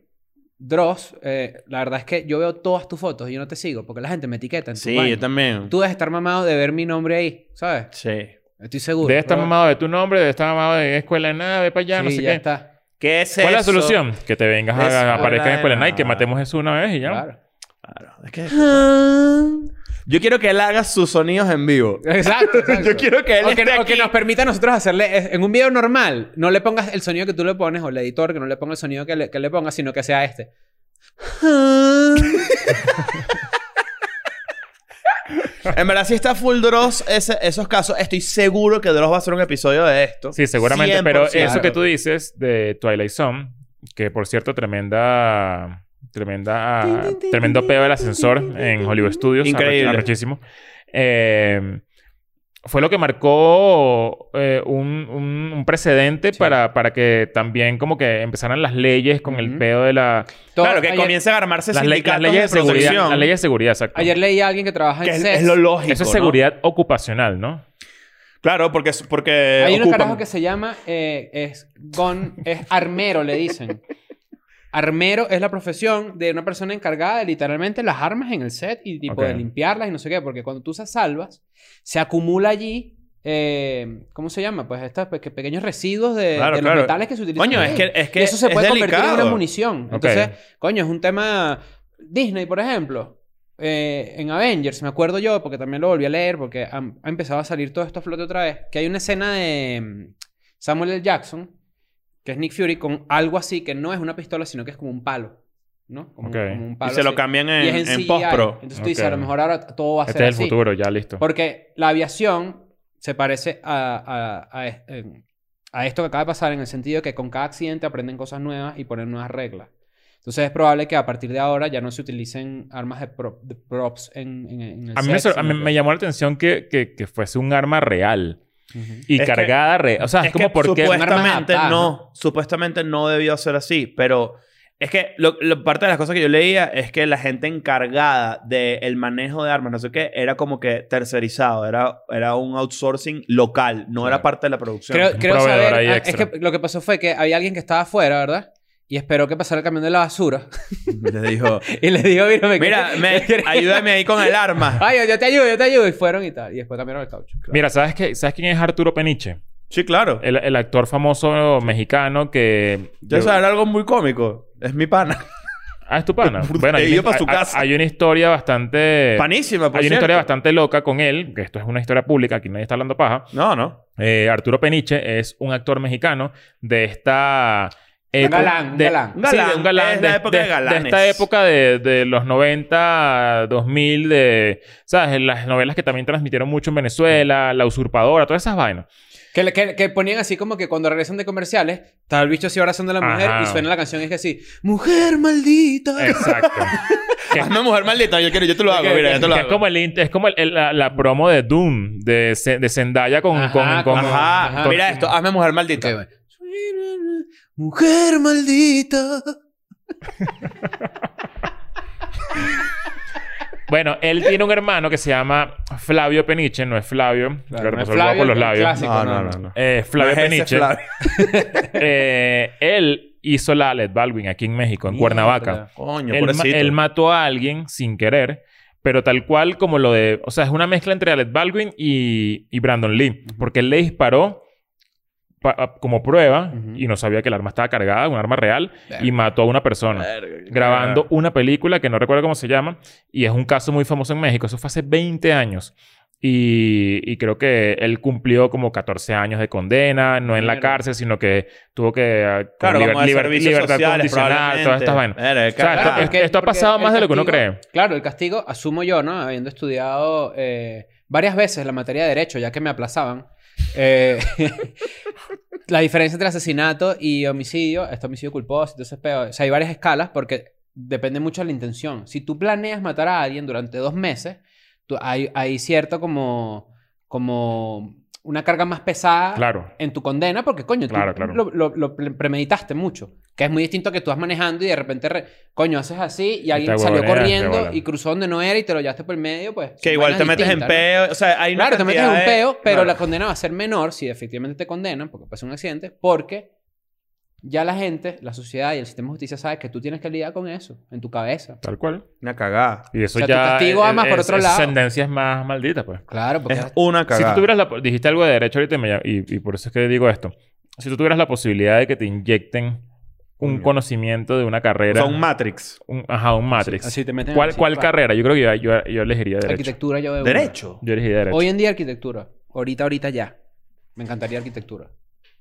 Speaker 3: Dross, eh, la verdad es que yo veo todas tus fotos y yo no te sigo porque la gente me etiqueta en tu
Speaker 4: Sí,
Speaker 3: vaina.
Speaker 4: yo también.
Speaker 3: Tú debes estar mamado de ver mi nombre ahí, ¿sabes?
Speaker 4: Sí.
Speaker 3: Estoy seguro.
Speaker 2: Debe estar
Speaker 3: pero-
Speaker 2: mamado de tu nombre, debe estar mamado de escuela de nada, ve para allá,
Speaker 3: Sí,
Speaker 2: no sé
Speaker 3: ya
Speaker 2: qué.
Speaker 3: está.
Speaker 5: ¿Qué es
Speaker 2: ¿Cuál es la
Speaker 5: eso?
Speaker 2: solución? Que te vengas
Speaker 4: Eso,
Speaker 2: a, a aparezca en
Speaker 4: bueno.
Speaker 2: escuela de nada y que matemos eso una vez y ya.
Speaker 3: Claro.
Speaker 4: Claro. Es que...
Speaker 3: <laughs>
Speaker 2: <laughs>
Speaker 4: Yo quiero que él haga sus sonidos en vivo.
Speaker 3: Exacto. exacto.
Speaker 4: Yo quiero que él
Speaker 3: O que,
Speaker 4: esté
Speaker 3: no- o
Speaker 4: aquí.
Speaker 3: que nos permita a nosotros hacerle... es- En un video normal, no le pongas el sonido que tú le pones o el editor que no le ponga el sonido que le, que le ponga, sino que sea
Speaker 5: <laughs>
Speaker 3: este.
Speaker 4: En verdad, si está full Dross ese- esos casos, estoy seguro que Dross va a hacer un episodio de esto.
Speaker 2: Sí, seguramente. Pero
Speaker 4: 100%.
Speaker 2: eso que tú dices de Twilight Zone, que por cierto, tremenda. Tremenda. tremendo peo del ascensor en Hollywood Studios.
Speaker 4: Increíble.
Speaker 2: Arrech- Arrechísimo. Eh, fue lo que marcó eh, un, un- un precedente
Speaker 3: Sí.
Speaker 2: para, para que también como que empezaran las leyes con el
Speaker 3: Ujú.
Speaker 2: peo de la...
Speaker 3: Todo-
Speaker 5: Claro, que
Speaker 3: ayer,
Speaker 5: comiencen a armarse
Speaker 2: Las, le- las
Speaker 5: sindicatos
Speaker 2: leyes de, seguridad.
Speaker 5: producción.
Speaker 2: Las leyes de seguridad, exacto.
Speaker 3: ayer leí a alguien que trabaja en
Speaker 5: Que es,
Speaker 3: sets.
Speaker 5: es lo lógico,
Speaker 2: Eso es
Speaker 5: ¿no?
Speaker 2: seguridad ocupacional, ¿no?
Speaker 5: Claro, porque... porque
Speaker 3: Hay un
Speaker 5: Eh, ocupan.
Speaker 3: carajo que se llama... eh, es gon- Es armero, le dicen. Armero es la profesión de una persona encargada de literalmente las armas en el set y tipo
Speaker 2: Ok.
Speaker 3: de limpiarlas y no sé qué. Porque cuando tú se salvas, se acumula allí... eh, ¿Cómo se llama? Pues estos pe- pequeños residuos de,
Speaker 5: Claro,
Speaker 3: de
Speaker 5: claro.
Speaker 3: los metales que se utilizan.
Speaker 5: Coño,
Speaker 3: ahí.
Speaker 5: es que, es que
Speaker 3: y eso se
Speaker 5: es
Speaker 3: puede convertir en
Speaker 5: delicado.
Speaker 3: una munición.
Speaker 2: Ok.
Speaker 3: Entonces, coño, es un tema. Disney, por ejemplo. eh, en Avengers, me acuerdo yo, porque también lo volví a leer, porque ha, ha empezado a salir todo esto a flote otra vez. Que hay una escena de mm, Samuel L. Jackson, que es Nick Fury, con algo así que no es una pistola, sino que es como un palo. ¿No? Como,
Speaker 2: Ok.
Speaker 3: como un
Speaker 5: Y
Speaker 3: palo.
Speaker 5: se lo
Speaker 3: así.
Speaker 5: cambian
Speaker 3: Y
Speaker 5: en,
Speaker 3: es en,
Speaker 5: en
Speaker 3: CGI.
Speaker 5: post-pro.
Speaker 3: Entonces tú dices,
Speaker 2: Ok.
Speaker 3: a lo mejor ahora todo va a
Speaker 2: Este
Speaker 3: ser
Speaker 2: es el
Speaker 3: así.
Speaker 2: futuro, ya listo.
Speaker 3: Porque la aviación se parece a, a- a es- em, a esto que acaba de pasar en el sentido que con cada accidente aprenden cosas nuevas y ponen nuevas reglas. Entonces es probable que a partir de ahora ya no se utilicen armas de, prop- de props en, en- en el
Speaker 2: A mí, me,
Speaker 3: set,
Speaker 2: sor- a mí
Speaker 3: sino que-
Speaker 2: me llamó la atención que, que- que fuese un arma real
Speaker 3: Ujú.
Speaker 2: y
Speaker 5: Es que-
Speaker 2: cargada re- O sea, es,
Speaker 5: es
Speaker 2: como
Speaker 5: que
Speaker 2: porque.
Speaker 3: supuesto-
Speaker 5: supuestamente
Speaker 3: Un arma adaptada,
Speaker 5: no, supuestamente no debió ser así, pero es que lo, lo- parte de las cosas que yo leía es que la gente encargada del manejo de armas, no sé qué, era como que tercerizado, era, era un outsourcing local, no era
Speaker 2: Claro.
Speaker 5: parte de la producción. <laughs>
Speaker 3: Creo,
Speaker 2: Un
Speaker 3: creo
Speaker 2: proveedor
Speaker 3: saber...
Speaker 2: ahí
Speaker 3: ah, es
Speaker 2: extra.
Speaker 3: que lo que pasó fue que había alguien que estaba afuera, ¿verdad? Y esperó que pasara el camión de la basura. <laughs>
Speaker 5: Le dijo,
Speaker 3: Y le dijo, mira, me
Speaker 5: mira, me-
Speaker 3: quieres-
Speaker 5: ayúdame ahí con el arma.
Speaker 3: Ay, yo, yo te ayudo, yo te ayudo. Y fueron y tal. Y después cambiaron el caucho.
Speaker 2: Mira, ¿sabes, qué? ¿sabes quién es Arturo Peniche?
Speaker 5: Sí, claro.
Speaker 2: El, el actor famoso mexicano que.
Speaker 5: Yo eso era algo muy cómico. Es mi pana.
Speaker 2: Ah, es tu pana. Bueno,
Speaker 5: He
Speaker 2: hay, una-
Speaker 5: ido pa' su
Speaker 2: hay-
Speaker 5: casa.
Speaker 2: hay una historia bastante.
Speaker 5: Panísima, por
Speaker 2: Eh, hay una
Speaker 5: cierto.
Speaker 2: historia bastante loca con él, que esto es una historia pública, aquí nadie está hablando paja.
Speaker 5: No, no.
Speaker 2: Eh, Arturo Peniche es un actor mexicano de esta.
Speaker 3: Un
Speaker 2: época-
Speaker 3: galán, un
Speaker 2: de-
Speaker 3: galán.
Speaker 5: Un galán.
Speaker 2: Sí, de un galán.
Speaker 5: Es la época de galanes.
Speaker 2: esta época de, de los 90, 2000, de... ¿Sabes? Las novelas que también transmitieron mucho en Venezuela, La Usurpadora, todas esas
Speaker 3: <laughs>
Speaker 2: vainas.
Speaker 3: Que, le- que, que ponían así como que cuando regresan de comerciales, tal bicho así abrazando a la mujer
Speaker 2: Ajá.
Speaker 3: y suena la canción y es que así, mujer maldita.
Speaker 2: Exacto. Que-
Speaker 5: Hazme mujer maldita, yo quiero, yo te lo hago,
Speaker 3: que-
Speaker 5: mira, yo te lo
Speaker 2: que es
Speaker 5: hago.
Speaker 2: como, el, int- es como el- el- la, la promo de Doom, de, Se- de Zendaya con...
Speaker 3: Ajá,
Speaker 2: con, con-
Speaker 5: Ajá,
Speaker 3: Ajá.
Speaker 5: mira esto, hazme mujer
Speaker 3: <laughs>
Speaker 5: maldita.
Speaker 3: Ok, bueno. Mujer maldita.
Speaker 2: Bueno, él tiene un hermano que se llama Flavio Peniche, no es Flavio,
Speaker 3: Claro,
Speaker 2: que
Speaker 3: no es
Speaker 2: resolvió
Speaker 3: Flavio,
Speaker 2: por los
Speaker 3: el
Speaker 2: labios.
Speaker 3: clásico,
Speaker 5: No, no, no,
Speaker 2: Eh,
Speaker 5: No
Speaker 2: Flavio
Speaker 5: es ese
Speaker 2: Peniche.
Speaker 5: Flavio.
Speaker 2: eh, él hizo la Alec Baldwin aquí en México, en Cuernavaca.
Speaker 5: Coño,
Speaker 2: Él, ma-
Speaker 5: pobrecito.
Speaker 2: él mató a alguien sin querer, pero tal cual como lo de... O sea, es una mezcla entre Alec Baldwin y, y Brandon Lee. Porque él le disparó pa- a- como prueba
Speaker 3: Ujú.
Speaker 2: y no sabía que el arma estaba cargada, un arma real,
Speaker 3: Verga.
Speaker 2: y mató a una persona. Grabando una película que no recuerdo cómo se llama. Y es un caso muy famoso en México. Eso fue hace 20 años. Y, y creo que él cumplió como 14 años de condena, no en la
Speaker 3: Mierda.
Speaker 2: cárcel, sino que tuvo que... ah, con
Speaker 5: Claro,
Speaker 2: liber-
Speaker 5: como de
Speaker 2: liber-
Speaker 5: servicios
Speaker 2: libertad
Speaker 5: sociales,
Speaker 2: condicional,
Speaker 5: probablemente.
Speaker 2: todas estas vainas.
Speaker 5: Verga,
Speaker 2: O sea,
Speaker 5: carajo.
Speaker 2: esto- esto- esto ha pasado
Speaker 3: el
Speaker 2: más de lo que uno
Speaker 3: castigo-
Speaker 2: cree.
Speaker 3: Claro, el castigo, asumo yo, ¿no? Habiendo estudiado eh, varias veces la materia de derecho, ya que me aplazaban. eh, <laughs> la diferencia entre asesinato y homicidio, este homicidio culposo, entonces peor. O sea, hay varias escalas porque depende mucho de la intención. Si tú planeas matar a alguien durante dos meses, tú- hay, hay cierto como, como una carga más pesada
Speaker 2: Claro.
Speaker 3: en tu condena, porque coño, tú
Speaker 2: Claro, claro.
Speaker 3: Lo, lo- lo pre- premeditaste mucho. Que es muy distinto a que tú vas manejando y de repente, re- coño, haces así y alguien
Speaker 2: te
Speaker 3: salió
Speaker 2: huevoneas, te
Speaker 3: corriendo
Speaker 2: huevoneas.
Speaker 3: y cruzó donde no era y te lo llevaste por el medio, pues.
Speaker 4: Que
Speaker 3: son
Speaker 4: igual
Speaker 3: vainas
Speaker 4: te metes en
Speaker 3: distintas, ¿no?
Speaker 4: peo. O sea, hay una
Speaker 3: Claro, te metes en
Speaker 4: cantidad
Speaker 3: un
Speaker 4: de-
Speaker 3: peo, pero
Speaker 4: Claro.
Speaker 3: la condena va a ser menor si efectivamente te condenan porque pasa un accidente, porque ya la gente, la sociedad y el sistema de justicia sabe que tú tienes que lidiar con eso en tu cabeza.
Speaker 2: Tal cual.
Speaker 4: Una cagada.
Speaker 2: Y eso
Speaker 3: O sea, tu
Speaker 2: ya.
Speaker 3: castigo
Speaker 2: es-
Speaker 3: va más por
Speaker 2: es-
Speaker 3: otro
Speaker 2: es
Speaker 3: lado.
Speaker 2: sentencias más malditas, pues.
Speaker 3: Claro, porque
Speaker 4: Es una
Speaker 2: Si tú
Speaker 4: cagada.
Speaker 2: tuvieras la... po- Dijiste algo de derecho ahorita y, me llam- y- y por eso es que digo esto. Si tú tuvieras la posibilidad de que te inyecten un
Speaker 4: Coño.
Speaker 2: conocimiento de una carrera...
Speaker 4: Son Matrix.
Speaker 2: un- ajá, un Matrix.
Speaker 3: así te meten
Speaker 2: ¿Cuál,
Speaker 3: así,
Speaker 2: cuál
Speaker 3: pa.
Speaker 2: carrera? Yo creo que yo, yo, yo elegiría derecho.
Speaker 3: arquitectura yo veo.
Speaker 4: Derecho.
Speaker 2: Yo elegiría derecho.
Speaker 3: Hoy en día arquitectura. Ahorita, ahorita ya. Me encantaría arquitectura.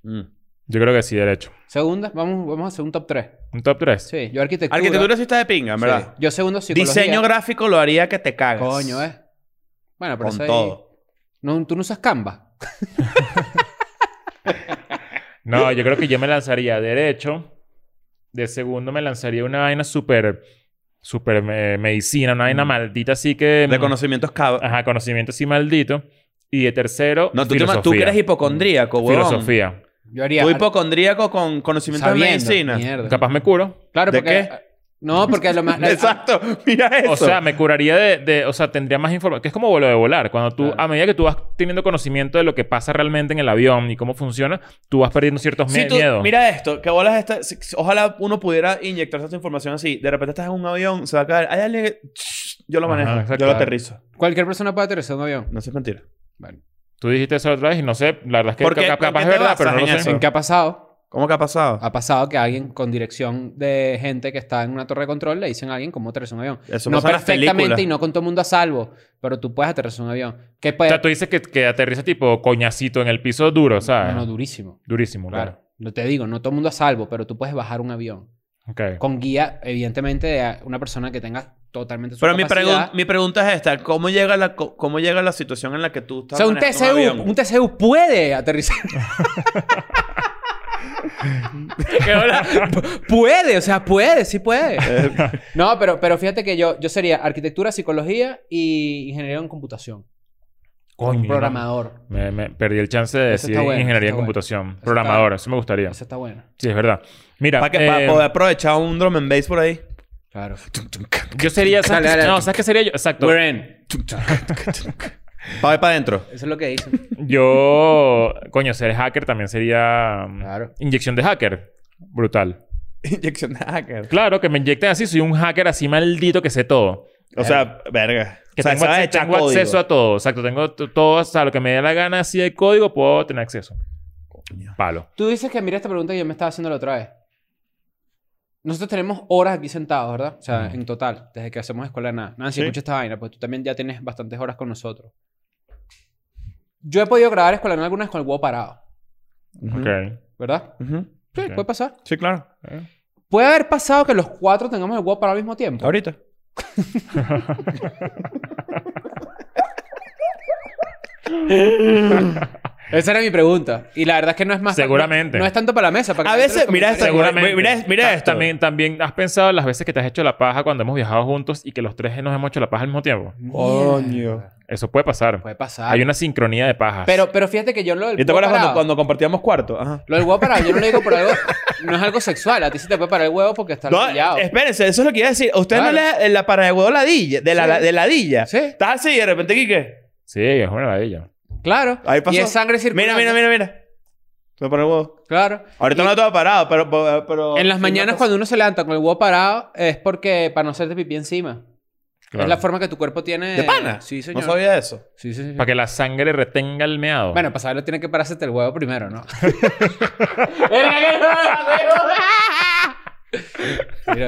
Speaker 4: Mm.
Speaker 2: Yo creo que sí, derecho.
Speaker 3: Segunda, vamos, vamos a hacer un top 3.
Speaker 2: Un top 3.
Speaker 3: Sí, yo arquitectura.
Speaker 4: Arquitectura sí está de pinga, en
Speaker 3: sí.
Speaker 4: ¿verdad?
Speaker 3: Yo segundo psicología.
Speaker 4: Diseño gráfico lo haría que te cagas.
Speaker 3: Coño, eh. Bueno, pero
Speaker 4: Con
Speaker 3: eso ahí-
Speaker 4: todo.
Speaker 3: No, tú no usas Canva.
Speaker 2: No, yo creo que yo me lanzaría derecho. De segundo me lanzaría una vaina súper... Súper eh, medicina. Una vaina maldita así que... mm,
Speaker 4: De conocimientos cabros.
Speaker 2: Ajá, conocimiento así maldito. Y de tercero,
Speaker 4: No, tú, te-
Speaker 2: filosofía. Mm.
Speaker 4: tú que eres hipocondríaco, huevón.
Speaker 2: Filosofía.
Speaker 3: Yo haría.
Speaker 4: Tú
Speaker 3: ar-
Speaker 4: hipocondríaco con conocimiento de
Speaker 3: sabiendo.
Speaker 4: medicina.
Speaker 3: Mierda.
Speaker 2: Capaz me curo.
Speaker 3: Claro,
Speaker 4: ¿De
Speaker 3: porque. ah,
Speaker 4: qué?
Speaker 3: No, porque a
Speaker 4: <laughs>
Speaker 3: lo más.
Speaker 4: Exacto. Mira eso.
Speaker 2: O sea, me curaría de, de- O sea, tendría más información. Que es como lo de volar. Cuando tú...
Speaker 3: Claro.
Speaker 2: A medida que tú vas teniendo conocimiento de lo que pasa realmente en el avión y cómo funciona, tú vas perdiendo ciertos
Speaker 4: Si
Speaker 2: mie-
Speaker 4: tú-
Speaker 2: miedos.
Speaker 4: Mira esto, que bolas esta. si- si- Ojalá uno pudiera inyectarse esa información así. De repente estás en un avión, se va a caer. Ay, dale. shh, Yo lo
Speaker 2: Ajá,
Speaker 4: manejo,
Speaker 2: exacto.
Speaker 4: yo lo aterrizo.
Speaker 3: Cualquier persona puede aterrizar un avión.
Speaker 4: No eso es mentira.
Speaker 2: Tú dijiste eso otra vez y no sé. La verdad es que
Speaker 4: ¿Por qué?
Speaker 2: ca-
Speaker 4: ¿Con
Speaker 2: capaz
Speaker 4: qué
Speaker 2: es
Speaker 4: te
Speaker 2: verdad,
Speaker 4: basas
Speaker 2: pero no lo
Speaker 4: en
Speaker 2: sé.
Speaker 4: eso?
Speaker 3: ¿En qué ha pasado?
Speaker 4: ¿Cómo que ha pasado?
Speaker 2: Ah,
Speaker 3: Ha pasado que alguien con dirección de gente que está en una torre de control le dicen a alguien cómo aterrizar un avión.
Speaker 4: Eso
Speaker 3: no
Speaker 4: pasa en las películas.
Speaker 3: perfectamente y no con todo el mundo a salvo, pero tú puedes aterrizar un avión. ¿Qué
Speaker 2: O
Speaker 3: puede?
Speaker 2: sea, tú dices que, que aterriza tipo coñacito en el piso duro, ¿sabes?
Speaker 3: No, no, durísimo.
Speaker 2: Durísimo,
Speaker 3: Claro.
Speaker 2: claro.
Speaker 3: No te digo, no todo el mundo a salvo, pero tú puedes bajar un avión.
Speaker 2: Ok.
Speaker 3: <laughs> Con guía, evidentemente, de a- una persona que tenga totalmente su
Speaker 4: Pero mi,
Speaker 3: capacidad.
Speaker 4: pregun- mi pregunta es esta. ¿Cómo llega, la, co- ¿Cómo llega la situación en la que tú
Speaker 3: O
Speaker 4: estás
Speaker 3: sea, un
Speaker 4: manejando
Speaker 3: TCU,
Speaker 4: avión?
Speaker 3: un TCU puede aterrizar. <laughs>
Speaker 4: ¿Qué bola?
Speaker 3: puede, o sea, puede, sí <laughs> puede. Eh, no, pero, pero fíjate que yo, yo sería arquitectura, psicología y ingeniería en computación.
Speaker 2: Coño,
Speaker 3: Programador.
Speaker 2: Me, me perdí el chance de
Speaker 3: Eso
Speaker 2: decir
Speaker 3: está bueno,
Speaker 2: ingeniería en
Speaker 3: eso está
Speaker 2: computación.
Speaker 3: está
Speaker 2: Programador,
Speaker 3: bueno.
Speaker 2: eso me gustaría.
Speaker 3: Eso está bueno.
Speaker 2: Sí, es verdad. Mira,
Speaker 4: Para que- para
Speaker 2: eh,
Speaker 4: poder aprovechar un drum and bass por ahí.
Speaker 3: Claro.
Speaker 2: yo sería... ¿sabes
Speaker 3: Dale,
Speaker 2: qué-
Speaker 3: dale.
Speaker 2: No, ¿sabes qué sería yo? Exacto.
Speaker 3: We're in.
Speaker 4: Para para
Speaker 2: <laughs>
Speaker 4: adentro.
Speaker 3: Eso es lo que dicen.
Speaker 2: Yo... Coño, ser hacker también sería... mm,
Speaker 3: Claro.
Speaker 2: Inyección de hacker. Brutal.
Speaker 4: Inyección de hacker.
Speaker 2: Claro, que me inyecten así. Soy un hacker así maldito que sé todo.
Speaker 4: O sea,
Speaker 2: Eh,
Speaker 4: verga.
Speaker 2: Que
Speaker 4: o sea,
Speaker 2: tengo,
Speaker 4: sabes
Speaker 2: acce-
Speaker 4: echar
Speaker 2: tengo
Speaker 4: código.
Speaker 2: acceso a todo. Exacto. Tengo t- todo. O sea, lo que me dé la gana así de código puedo tener acceso. Palo.
Speaker 3: Tú dices que mira esta pregunta que yo me estaba haciendo la otra vez. Nosotros tenemos horas aquí sentados, ¿verdad? O sea, en total, desde que hacemos escuela de nada.
Speaker 4: Sí.
Speaker 3: Nancy, escucha esta vaina, pues tú también ya tienes bastantes horas con nosotros. Yo he podido grabar escuela de nada algunas con el huevo parado,
Speaker 4: Ujú.
Speaker 2: Ok. Eh,
Speaker 3: ¿verdad?
Speaker 4: Ujú.
Speaker 3: Sí,
Speaker 2: Ok.
Speaker 3: puede pasar.
Speaker 4: Sí, claro.
Speaker 3: Puede haber pasado que los cuatro tengamos el huevo parado al mismo tiempo.
Speaker 4: Ahorita.
Speaker 3: Esa era mi pregunta. Y la verdad es que no es más.
Speaker 2: Seguramente.
Speaker 3: No, no es tanto para la mesa. Para que
Speaker 4: A
Speaker 3: la gente
Speaker 4: veces,
Speaker 3: los
Speaker 4: mira
Speaker 3: comentarios-
Speaker 4: esta-
Speaker 2: Seguramente.
Speaker 4: Mira- mira
Speaker 2: Ta-
Speaker 4: esto.
Speaker 2: También, también has pensado las veces que te has hecho la paja cuando hemos viajado juntos y que los tres nos hemos hecho la paja al mismo tiempo.
Speaker 4: Coño.
Speaker 2: Eso puede pasar.
Speaker 3: Puede pasar.
Speaker 2: Hay una sincronía de pajas.
Speaker 3: Pero, pero fíjate que yo lo del
Speaker 4: ¿Y te
Speaker 3: huevo
Speaker 4: acuerdas cuando,
Speaker 3: parado-
Speaker 4: cuando compartíamos cuarto? Ajá.
Speaker 3: Lo del huevo parado, yo no lo digo por algo. No es algo sexual. A ti sí te puede parar el huevo porque está
Speaker 4: No,
Speaker 3: arrodillado.
Speaker 4: espérense, eso es lo que iba a decir. ¿A Usted no
Speaker 3: Claro.
Speaker 4: le da la para de huevo ladilla, de la,
Speaker 3: Sí.
Speaker 4: de ladilla.
Speaker 3: Sí.
Speaker 4: Estás así y de repente, Quique.
Speaker 2: Sí, es una maravilla.
Speaker 3: Claro.
Speaker 4: Ahí pasó.
Speaker 3: Y es sangre
Speaker 4: Mira,
Speaker 3: circulando.
Speaker 4: mira, mira, mira. Te para el huevo.
Speaker 3: Claro.
Speaker 4: Ahorita
Speaker 3: Y
Speaker 4: no estaba parado, pero. pero- pero-
Speaker 3: En las
Speaker 4: Oh,
Speaker 3: mañanas,
Speaker 4: no-
Speaker 3: cuando uno se levanta con el huevo parado, es porque para no hacerte pipí encima.
Speaker 2: Claro.
Speaker 3: Es la forma que tu cuerpo tiene.
Speaker 4: ¿De pana?
Speaker 3: Sí,
Speaker 4: No
Speaker 3: señor.
Speaker 4: sabía eso.
Speaker 3: Sí, sí, sí.
Speaker 2: Para que la sangre retenga el meado.
Speaker 3: Bueno, para saberlo, tiene que pararse el huevo primero,
Speaker 4: <laughs>
Speaker 3: ¿no? mira,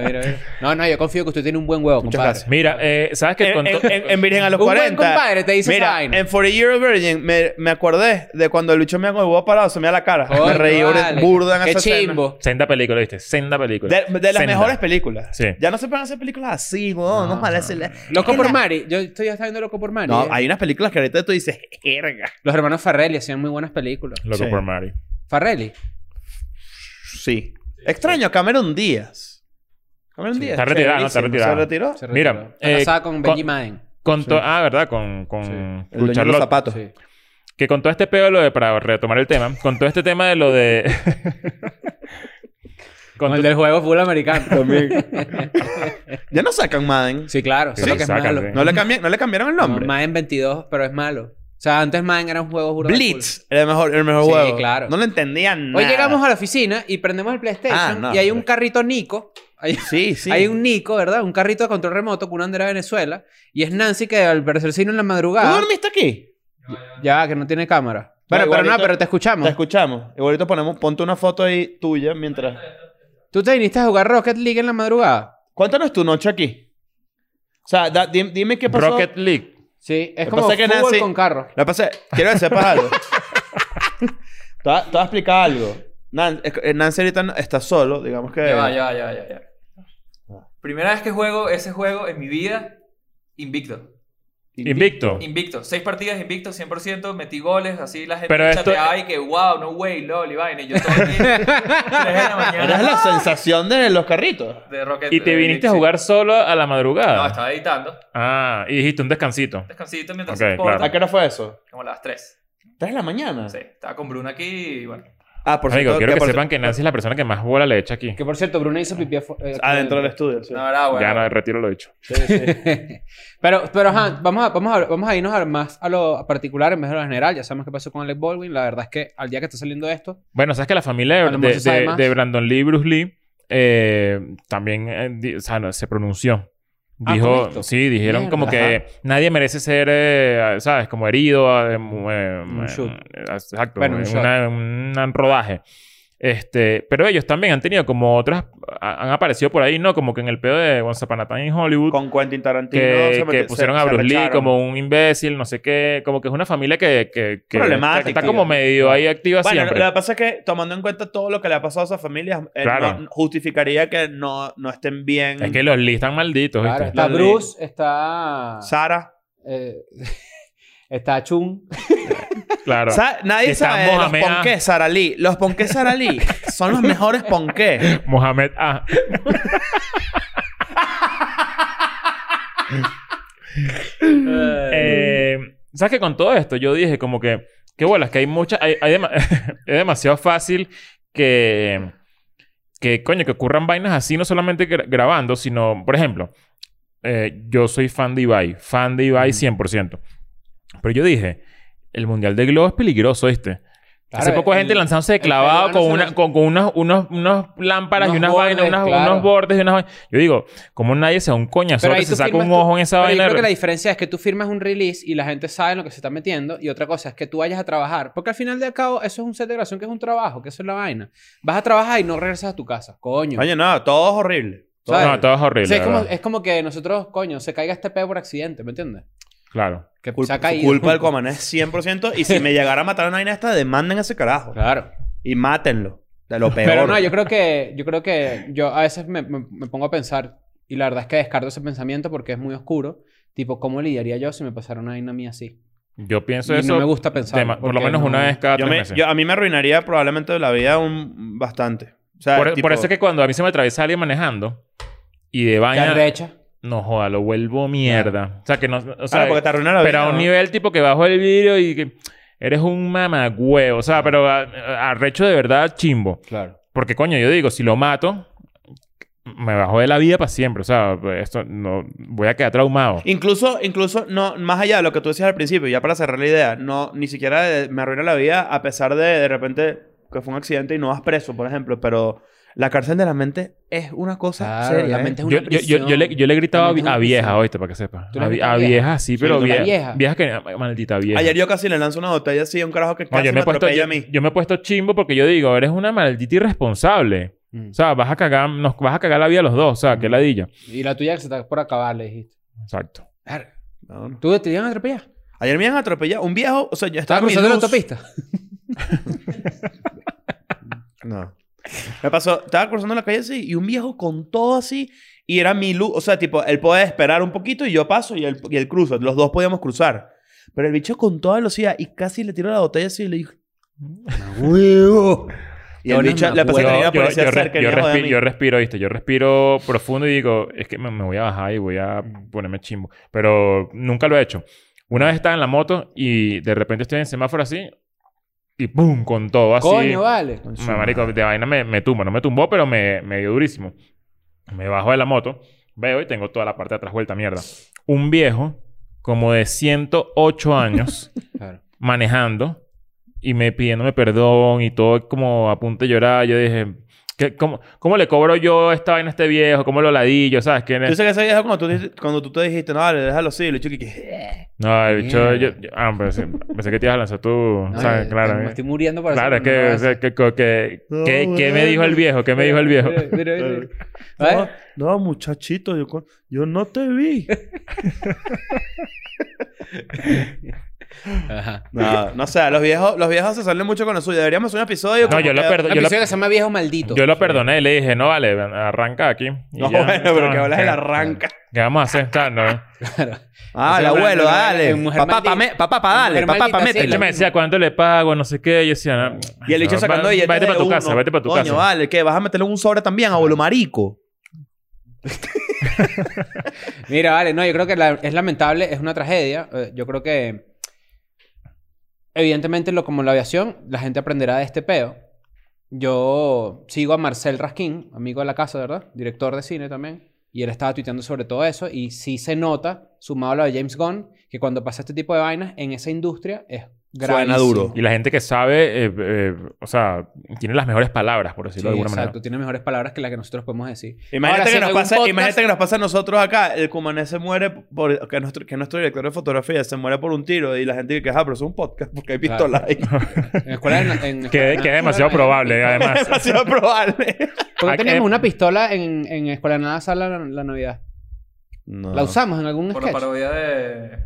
Speaker 3: mira, mira. No, no, yo confío que usted tiene un buen huevo, compadre.
Speaker 2: Mira, eh, ¿sabes qué?
Speaker 4: En,
Speaker 2: Con to-
Speaker 4: en- en- en Virgen a los
Speaker 3: Un buen
Speaker 4: 40.
Speaker 3: compadre te dice esa
Speaker 4: Mira,
Speaker 3: vaina.
Speaker 4: en 40 Year Old Virgin me, me acordé de cuando el bicho me hago el huevo parado, se me da la cara. me
Speaker 3: Coño,
Speaker 4: reí
Speaker 3: vale.
Speaker 4: burda en
Speaker 3: Oh, Qué
Speaker 4: esa escena.
Speaker 3: chimbo.
Speaker 2: Senda película, ¿viste? Senda película.
Speaker 4: De, de las
Speaker 2: Senda.
Speaker 4: mejores películas.
Speaker 2: Sí.
Speaker 4: Ya no se pueden hacer películas así, weón. No, ojalá se le-
Speaker 3: Loco por Mari. Yo estoy ya está viendo Loco por Mari.
Speaker 4: No,
Speaker 3: eh.
Speaker 4: hay unas películas que ahorita tú dices, jerga.
Speaker 3: Los hermanos Farrelly hacían muy buenas películas.
Speaker 2: Loco
Speaker 4: Sí.
Speaker 2: por Mari.
Speaker 3: Farrelly.
Speaker 4: Sí. Extraño, Cameron Díaz. Cameron Díaz.
Speaker 2: Está retirado, ¿no? Está
Speaker 4: chéverísimo.
Speaker 2: retirado.
Speaker 4: Se retiró.
Speaker 3: se
Speaker 2: Mira,
Speaker 3: retiró.
Speaker 2: eh,
Speaker 3: Está casada con
Speaker 2: con-
Speaker 3: Benji Madden.
Speaker 2: Con to- Ah, ¿verdad? Con, con
Speaker 3: Sí.
Speaker 4: El dueño de los
Speaker 2: Charlotte.
Speaker 4: zapatos.
Speaker 3: Sí.
Speaker 2: Que con todo este pedo de lo de... Para retomar el tema. Con todo este tema de lo
Speaker 4: <laughs>
Speaker 2: de... con
Speaker 3: Como
Speaker 2: tu-
Speaker 3: el del juego full americano. También.
Speaker 4: Ya no sacan Madden.
Speaker 3: <laughs> sí, claro.
Speaker 2: Sí,
Speaker 3: eso es lo que es
Speaker 2: sácate.
Speaker 3: malo.
Speaker 4: No le, cambian, no le cambiaron el nombre.
Speaker 3: No, Madden 22, pero es malo. O sea, antes Madden era un juego juro. de
Speaker 4: Blitz era el mejor, el mejor
Speaker 3: Sí,
Speaker 4: juego.
Speaker 3: claro.
Speaker 4: No lo entendían
Speaker 3: culo.
Speaker 4: nada.
Speaker 3: Hoy llegamos a la oficina y prendemos el PlayStation
Speaker 4: Ah, no,
Speaker 3: y hay un
Speaker 4: pero-
Speaker 3: carrito Nico. Hay,
Speaker 4: Sí, sí.
Speaker 3: hay un Nico, ¿verdad? Un carrito de control remoto con una bandera de Venezuela. Y es Nancy que al parecer se vino en la
Speaker 4: ¿Tú
Speaker 3: madrugada.
Speaker 4: dormiste aquí?
Speaker 3: Ya, que no tiene cámara. Pero,
Speaker 4: No,
Speaker 3: pero no,
Speaker 4: igualito-
Speaker 3: pero te escuchamos.
Speaker 4: Te escuchamos. Igualito ponemos, ponte una foto ahí tuya mientras.
Speaker 3: ¿Tú te viniste a jugar Rocket League en la madrugada?
Speaker 4: Cuéntanos tu noche aquí. O sea, da- di- dime qué pasó.
Speaker 2: Rocket League.
Speaker 3: Sí, es
Speaker 4: que
Speaker 3: como
Speaker 4: pasa es que
Speaker 3: fútbol
Speaker 4: Nancy-
Speaker 3: con carro.
Speaker 4: La pasé. Quiero que sepas
Speaker 3: <laughs>
Speaker 4: algo. te voy a- te voy a explicar algo. Nan- es- eh, Nancy ahorita no- está solo, digamos que.
Speaker 6: Ya va, ya va, ya va, ya va, ya va. Primera vez que juego ese juego en mi vida, invicto.
Speaker 2: Invicto.
Speaker 6: Invicto. Seis partidas invicto, 100%, metí goles, así la gente
Speaker 2: Pero esto-
Speaker 6: chateaba y que, wow, no way, lol, y vaina. Y yo todo aquí, tres de
Speaker 2: <laughs>
Speaker 6: la
Speaker 4: Eres
Speaker 6: mañana
Speaker 4: la sensación de los carritos.
Speaker 6: de Rocket
Speaker 2: Y
Speaker 4: eh,
Speaker 2: te
Speaker 6: League,
Speaker 2: viniste a
Speaker 6: sí.
Speaker 2: jugar solo a la madrugada.
Speaker 6: No, estaba editando.
Speaker 2: Ah, y dijiste un descansito.
Speaker 6: Descansito mientras
Speaker 2: Ok,
Speaker 6: se importa,
Speaker 2: claro.
Speaker 4: ¿A qué hora fue eso?
Speaker 6: como a las 3.
Speaker 4: ¿Tres de la mañana?
Speaker 6: Sí, estaba con Bruno aquí y bueno.
Speaker 4: Ah, por
Speaker 2: Amigo,
Speaker 4: cierto,
Speaker 2: quiero que,
Speaker 4: por-
Speaker 2: sepan que Nancy es la persona que más bola le echa aquí.
Speaker 3: Que por cierto, Bruno hizo pipí afu- eh,
Speaker 4: Adentro del
Speaker 3: afuera.
Speaker 4: estudio, sí.
Speaker 6: No, era bueno.
Speaker 2: Ya no, retiro lo dicho.
Speaker 3: <laughs> pero, pero ajá, vamos a, vamos, a, vamos a irnos a- más a lo particular en vez de lo general. Ya sabemos qué pasó con Alec Baldwin. La verdad es que al día que está saliendo esto,
Speaker 2: Bueno, sabes que la familia de,
Speaker 3: A lo mejor
Speaker 2: de-
Speaker 3: se sabe
Speaker 2: de-
Speaker 3: más.
Speaker 2: de Brandon Lee y Bruce Lee eh, también eh, di- o sea, no, se pronunció.
Speaker 3: Ah,
Speaker 2: Dijo,
Speaker 3: con esto.
Speaker 2: sí, dijeron
Speaker 3: Mierda.
Speaker 2: como que nadie merece ser, eh, ¿sabes? Como herido. eh, mu- eh,
Speaker 3: Un
Speaker 2: eh,
Speaker 3: shoot.
Speaker 2: Exacto.
Speaker 3: Bueno, un
Speaker 2: eh,
Speaker 3: shot.
Speaker 2: una- un rodaje. Este, pero ellos también han tenido como otras, ha- han aparecido por ahí, ¿no? Como que en el pedo de Once Upon a Time in Hollywood.
Speaker 4: Con Quentin Tarantino.
Speaker 2: que,
Speaker 4: se
Speaker 2: que
Speaker 4: meti- se-
Speaker 2: pusieron a
Speaker 4: se
Speaker 2: Bruce Lee
Speaker 4: recharon.
Speaker 2: como un imbécil, no sé qué. Como que es una familia que, que, que
Speaker 4: Problemática,
Speaker 2: está, está
Speaker 4: tío.
Speaker 2: como medio ahí activa
Speaker 4: Bueno,
Speaker 2: siempre.
Speaker 4: lo que pasa es que tomando en cuenta todo lo que le ha pasado a esas familias, eh,
Speaker 2: Claro.
Speaker 4: no- justificaría que no, no estén bien.
Speaker 2: Es que los Lee están malditos, ¿viste?
Speaker 3: claro, está
Speaker 4: La
Speaker 3: Bruce, está.
Speaker 4: Sara.
Speaker 3: eh, <laughs> está Chun.
Speaker 2: Claro.
Speaker 4: Sa- nadie
Speaker 2: Está
Speaker 4: sabe de los
Speaker 2: Mohamed A.
Speaker 4: ponqués Sara Lee. Los ponqués Sara <laughs> Lee son los mejores ponqués.
Speaker 2: Mohamed ah. A. Eh, ¿Sabes que con todo esto yo dije como que... Qué bolas, que hay mucha... Hay, hay dema- <laughs> es demasiado fácil que... Que, coño, que ocurran vainas así, no solamente gra- grabando, sino... Por ejemplo, eh, yo soy fan de Ibai. Fan de Ibai 100%. Pero yo dije... El Mundial de Globo es peligroso, ¿viste? Hace
Speaker 3: Claro,
Speaker 2: poco hay
Speaker 3: el-
Speaker 2: gente lanzándose de
Speaker 3: el
Speaker 2: clavado
Speaker 3: peruano
Speaker 2: con,
Speaker 3: se
Speaker 2: una,
Speaker 3: lanzó-
Speaker 2: con, con unas, unos, unos lámparas
Speaker 3: Unos
Speaker 2: y unas
Speaker 3: bordes,
Speaker 2: vainas, unas-
Speaker 3: claro.
Speaker 2: unos bordes y unas vainas. Yo digo, como nadie se da un coñazo
Speaker 3: Pero ahí
Speaker 2: que se
Speaker 3: tú
Speaker 2: saca
Speaker 3: firmas
Speaker 2: un
Speaker 3: tu-
Speaker 2: ojo en esa
Speaker 3: Pero yo
Speaker 2: vaina?
Speaker 3: creo que la diferencia es que tú firmas un release y la gente sabe en lo que se está metiendo. Y otra cosa es que tú vayas a trabajar. Porque al final de cabo, eso es un set de grabación que es un trabajo, que eso es la vaina. Vas a trabajar y no regresas a tu casa. Coño.
Speaker 4: Oye, no, todo es horrible.
Speaker 3: ¿sabes?
Speaker 2: No, todo es
Speaker 3: O sea,
Speaker 2: horrible.
Speaker 3: es,
Speaker 2: la
Speaker 3: como,
Speaker 2: verdad.
Speaker 3: es como que nosotros, coño, se caiga este pedo por accidente, ¿me entiendes?
Speaker 2: Claro.
Speaker 3: Que
Speaker 4: Culpa,
Speaker 3: se ha caído.
Speaker 4: culpa del Coman es 100%. Y si me llegara a matar a una vaina esta, demanden a ese carajo.
Speaker 3: Claro.
Speaker 4: Y mátenlo.
Speaker 2: <laughs>
Speaker 4: De lo peor.
Speaker 3: Pero no, yo creo que yo creo que yo a veces me, me- me pongo a pensar y la verdad es que descarto ese pensamiento porque es muy oscuro. Tipo, ¿cómo lidiaría yo si me pasara una vaina mía así?
Speaker 2: Yo pienso
Speaker 3: Y
Speaker 2: eso.
Speaker 3: no me gusta pensar.
Speaker 2: dema- por lo
Speaker 3: porque
Speaker 2: menos
Speaker 3: no-
Speaker 2: una vez cada
Speaker 4: Yo
Speaker 2: tres
Speaker 4: me-
Speaker 2: meses.
Speaker 4: yo- a mí me arruinaría probablemente la vida un, bastante. O sea,
Speaker 2: por,
Speaker 4: tipo-
Speaker 2: por eso es que cuando a mí se me atraviesa alguien manejando y de
Speaker 3: Te
Speaker 2: vaina,
Speaker 3: arrecha.
Speaker 2: no joda, lo vuelvo mierda. O sea, que no. O sea,
Speaker 4: Claro, porque te arruina la vida.
Speaker 2: pero a un
Speaker 4: ¿no?
Speaker 2: nivel tipo que bajo el vidrio y que eres un mamagüeo. O sea, pero a- a- arrecho de verdad chimbo.
Speaker 3: Claro.
Speaker 2: Porque, coño, yo digo, si lo mato, me bajo de la vida para siempre. O sea, esto no voy a quedar traumado.
Speaker 4: Incluso, incluso, no, más allá de lo que tú decías al principio, ya para cerrar la idea, no, ni siquiera de- me arruina la vida a pesar de de repente que fue un accidente y no vas preso, por ejemplo, pero la cárcel de la mente es una cosa
Speaker 3: Claro,
Speaker 4: seria.
Speaker 3: la
Speaker 4: ¿eh?
Speaker 3: mente es
Speaker 2: Yo,
Speaker 3: una
Speaker 2: yo, yo,
Speaker 3: prisión.
Speaker 2: yo le, yo le he gritado a, vi-
Speaker 3: También es
Speaker 2: a
Speaker 3: una
Speaker 2: vieja,
Speaker 3: prisión.
Speaker 2: oíste, para que sepa.
Speaker 3: ¿Tú
Speaker 2: A,
Speaker 3: le has
Speaker 2: vi-
Speaker 3: gritado
Speaker 2: a
Speaker 3: a vieja?
Speaker 2: vieja, sí, pero
Speaker 4: tú le
Speaker 2: vieja,
Speaker 3: has
Speaker 2: vieja
Speaker 3: gritado.
Speaker 2: que... Maldita vieja.
Speaker 4: Ayer yo casi le lanzo una botella así a un carajo que
Speaker 2: No,
Speaker 4: casi
Speaker 2: yo
Speaker 4: me,
Speaker 2: me, he puesto,
Speaker 4: atropella
Speaker 2: yo,
Speaker 4: a mí.
Speaker 2: yo me he puesto chimbo porque yo digo, eres una maldita irresponsable.
Speaker 3: Mm.
Speaker 2: O sea, vas a cagar, nos vas a cagar la vida a los dos. O sea, qué ladilla.
Speaker 3: Y la tuya que se está por acabar, le dijiste.
Speaker 2: Exacto.
Speaker 3: Verga.
Speaker 4: No, no.
Speaker 3: ¿Tú te iban a atropellar?
Speaker 4: Ayer me han atropellado un viejo, o sea, yo estaba
Speaker 3: ¿Estabas
Speaker 4: en mi
Speaker 3: cruzando la
Speaker 4: luz.
Speaker 3: autopista?
Speaker 4: No. Me pasó, estaba cruzando la calle así y un viejo con todo así y era mi luz. O sea, tipo, él puede esperar un poquito y yo paso y él, y él cruza. Los dos podíamos cruzar. Pero el bicho con toda velocidad y casi le tiró la botella así y le dijo...
Speaker 2: <laughs>
Speaker 4: Y el
Speaker 3: Cabrón,
Speaker 4: bicho
Speaker 3: me
Speaker 4: le pasó a
Speaker 2: Yo,
Speaker 4: tener
Speaker 2: yo,
Speaker 4: la policía
Speaker 2: yo re-
Speaker 4: cerca
Speaker 2: yo
Speaker 4: el viejo de
Speaker 2: respi-
Speaker 4: mí.
Speaker 2: yo respiro, ¿viste? Yo respiro profundo y digo, es que me, me voy a bajar y voy a ponerme chimbo. Pero nunca lo he hecho. Una vez estaba en la moto y de repente estoy en el semáforo así y ¡pum! con todo así.
Speaker 3: Coño, vale.
Speaker 2: Me, marico, de vaina me, me tumba. No me tumbó, pero me, me dio durísimo. Me bajo de la moto, veo y tengo toda la parte de atrás vuelta, mierda. Un viejo como de 108
Speaker 4: <laughs>
Speaker 2: años
Speaker 3: Claro.
Speaker 2: manejando y me pidiéndome perdón y todo como a punto de llorar. Yo dije, ¿qué, cómo, ¿cómo le cobro yo esta vaina a este viejo? ¿Cómo lo ladillo? ¿Sabes quién
Speaker 4: Yo
Speaker 2: es?
Speaker 4: sé que ese viejo cuando tú, dijiste- cuando tú te dijiste, no, dale, déjalo así, le chiqui que...
Speaker 2: No, el bicho,
Speaker 3: Mierda.
Speaker 2: yo, yo- ah, pensé, pensé que te ibas a lanzar tú.
Speaker 3: No,
Speaker 2: ¿Sabes?
Speaker 3: eh,
Speaker 2: claro.
Speaker 3: Me
Speaker 2: eh.
Speaker 3: estoy muriendo para
Speaker 2: Claro, es que, o sea, que, que- que-
Speaker 4: No, eh,
Speaker 2: ¿qué, qué me
Speaker 4: bueno.
Speaker 2: dijo el viejo? ¿Qué me dijo el viejo? <laughs> ¿Eh?
Speaker 4: No, no, muchachito, yo, con- yo no te vi. <laughs>
Speaker 3: Ajá.
Speaker 4: No, no sé, los viejos, los viejos se salen mucho con lo suyo. Deberíamos hacer un eh, episodio.
Speaker 2: No,
Speaker 4: como
Speaker 2: yo lo
Speaker 4: que-
Speaker 2: perdo-
Speaker 3: Yo
Speaker 2: yo lo-
Speaker 3: que se llama viejo maldito.
Speaker 2: Yo lo perdoné y le dije, no vale, arranca aquí. Y
Speaker 4: No,
Speaker 2: ya.
Speaker 4: bueno, <laughs> pero que hablas
Speaker 2: ¿qué-
Speaker 4: del arranca.
Speaker 2: ¿Qué vamos a hacer? Tal, ¿no?
Speaker 4: <laughs>
Speaker 3: Claro.
Speaker 4: Ah, el
Speaker 3: Eso es
Speaker 4: abuelo,
Speaker 3: una-
Speaker 4: dale.
Speaker 3: una mujer
Speaker 4: Papá,
Speaker 3: maldita.
Speaker 4: pa me- papá, pa,
Speaker 3: Una
Speaker 4: dale.
Speaker 3: mujer
Speaker 4: Papá, pa,
Speaker 3: maldita, sí,
Speaker 4: métele.
Speaker 2: Ella me decía, ¿cuánto le pago? No sé qué. Yo decía, no,
Speaker 4: Y el hecho
Speaker 2: no,
Speaker 4: sacando
Speaker 2: va-
Speaker 4: billetes
Speaker 2: Vete para
Speaker 4: de
Speaker 2: tu casa,
Speaker 4: uno.
Speaker 2: vete para tu
Speaker 4: Coño,
Speaker 2: casa.
Speaker 4: vale. ¿Qué? ¿Vas a meterle un sobre también a Bolomarico?
Speaker 3: Mira, vale, no, yo creo que la- es lamentable, es una tragedia. Eh, yo creo que, evidentemente, lo, como la aviación, la gente aprenderá de este peo. Yo sigo a Marcel Raskin, amigo de la casa, ¿verdad? Director de cine también. Y él estaba tuiteando sobre todo eso. Y sí se nota, sumado a lo de James Gunn, que cuando pasa este tipo de vainas en esa industria es grave.
Speaker 4: duro.
Speaker 2: Y la gente que sabe, eh, eh, o sea, tiene las mejores palabras, por decirlo de alguna
Speaker 3: exacto,
Speaker 2: manera.
Speaker 3: tiene mejores palabras que las que nosotros podemos decir.
Speaker 4: Imagínate,
Speaker 3: Ahora, si
Speaker 4: que
Speaker 3: en
Speaker 4: nos
Speaker 3: algún
Speaker 4: pasa,
Speaker 3: podcast-
Speaker 4: imagínate que nos pasa a nosotros acá. El Cumané se muere por... Que nuestro, que nuestro director de fotografía se muere por un tiro. Y la gente dice, ah, pero eso es un podcast porque hay
Speaker 3: Claro.
Speaker 4: pistolas <laughs> ahí.
Speaker 3: <laughs> En escuela de na- en
Speaker 2: Que,
Speaker 3: escuela- <laughs>
Speaker 2: que es demasiado probable,
Speaker 4: es
Speaker 2: además.
Speaker 4: demasiado probable.
Speaker 3: ¿Por qué
Speaker 2: Ah, que-
Speaker 3: teníamos una pistola en, en Escuela de Nada Sala la, la Navidad?
Speaker 4: No.
Speaker 2: Ah.
Speaker 3: ¿La usamos en algún
Speaker 6: Por la
Speaker 3: sketch?
Speaker 6: parodia de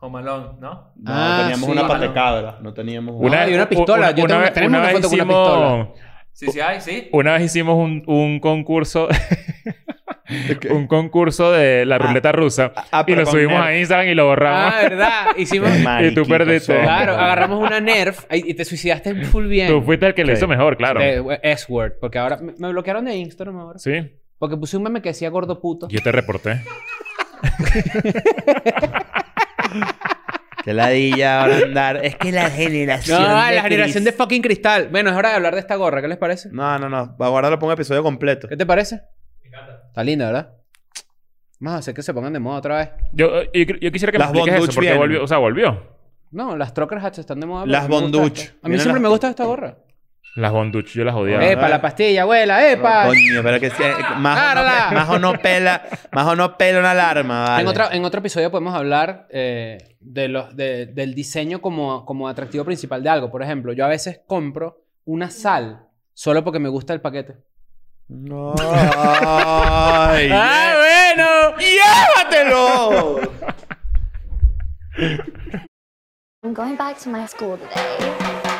Speaker 6: Home Alone,
Speaker 4: No,
Speaker 6: ¿no?
Speaker 3: Ah,
Speaker 4: teníamos
Speaker 3: sí.
Speaker 4: una patecabra. No teníamos <laughs>
Speaker 3: <laughs> Una- y pistola. Yo tengo- tenemos una foto con una
Speaker 6: Sí, sí, hay, sí.
Speaker 2: Una vez hicimos un, un
Speaker 3: <laughs>
Speaker 2: concurso,
Speaker 4: Ok.
Speaker 2: un concurso de la ruleta rusa.
Speaker 4: ah,
Speaker 2: y
Speaker 4: pero
Speaker 2: lo
Speaker 4: con
Speaker 2: subimos
Speaker 4: Nerf.
Speaker 2: a Instagram y lo borramos.
Speaker 3: Ah, ¿verdad? Hicimos...
Speaker 2: Y tú perdiste.
Speaker 4: Mariquito,
Speaker 3: <laughs> claro,
Speaker 4: son-
Speaker 3: agarramos una Nerf y y te suicidaste full bien.
Speaker 2: Tú fuiste el que lo
Speaker 4: Sí.
Speaker 2: hizo mejor, claro.
Speaker 3: De- S-Word, porque ahora me me bloquearon de Instagram ahora.
Speaker 2: Sí.
Speaker 3: Porque puse un meme que decía gordo puto.
Speaker 2: Yo te reporté.
Speaker 4: Qué ladilla ahora andar. Es que la generación.
Speaker 3: No, la generación de fucking cristal. Bueno, es hora de hablar de esta gorra, ¿qué les parece?
Speaker 4: No, no, no. Va a guardarlo para un episodio completo.
Speaker 3: ¿Qué te parece? Está linda, ¿verdad? Vamos a hacer que se pongan de moda otra vez.
Speaker 2: Yo, yo, yo quisiera que
Speaker 4: Las
Speaker 2: me expliques
Speaker 4: Bonduch
Speaker 2: eso, porque
Speaker 4: vienen.
Speaker 2: volvió. O sea, volvió.
Speaker 3: No, las Trocker Hats están de moda.
Speaker 4: Las
Speaker 3: pero a mí me gusta
Speaker 4: Bonduch.
Speaker 3: esta. A mí
Speaker 4: Vienen
Speaker 3: siempre
Speaker 4: las-
Speaker 3: me gusta esta gorra.
Speaker 2: Las Bonduch, yo las odiaba.
Speaker 3: epa, la pastilla, abuela, epa.
Speaker 4: Coño, pero que sea. Majo no,
Speaker 3: ¡Árala!
Speaker 4: pe- Majo no pela. Majo no pela una alarma. Vale.
Speaker 3: En, otra- en otro episodio podemos hablar eh, de los, de- del diseño como, como atractivo principal de algo. Por ejemplo, yo a veces compro una sal solo porque me gusta el paquete. <laughs>
Speaker 4: No. Ay,
Speaker 3: ¡Ah, bueno!
Speaker 4: ¡Llévatelo!
Speaker 1: I'm going back to my school today.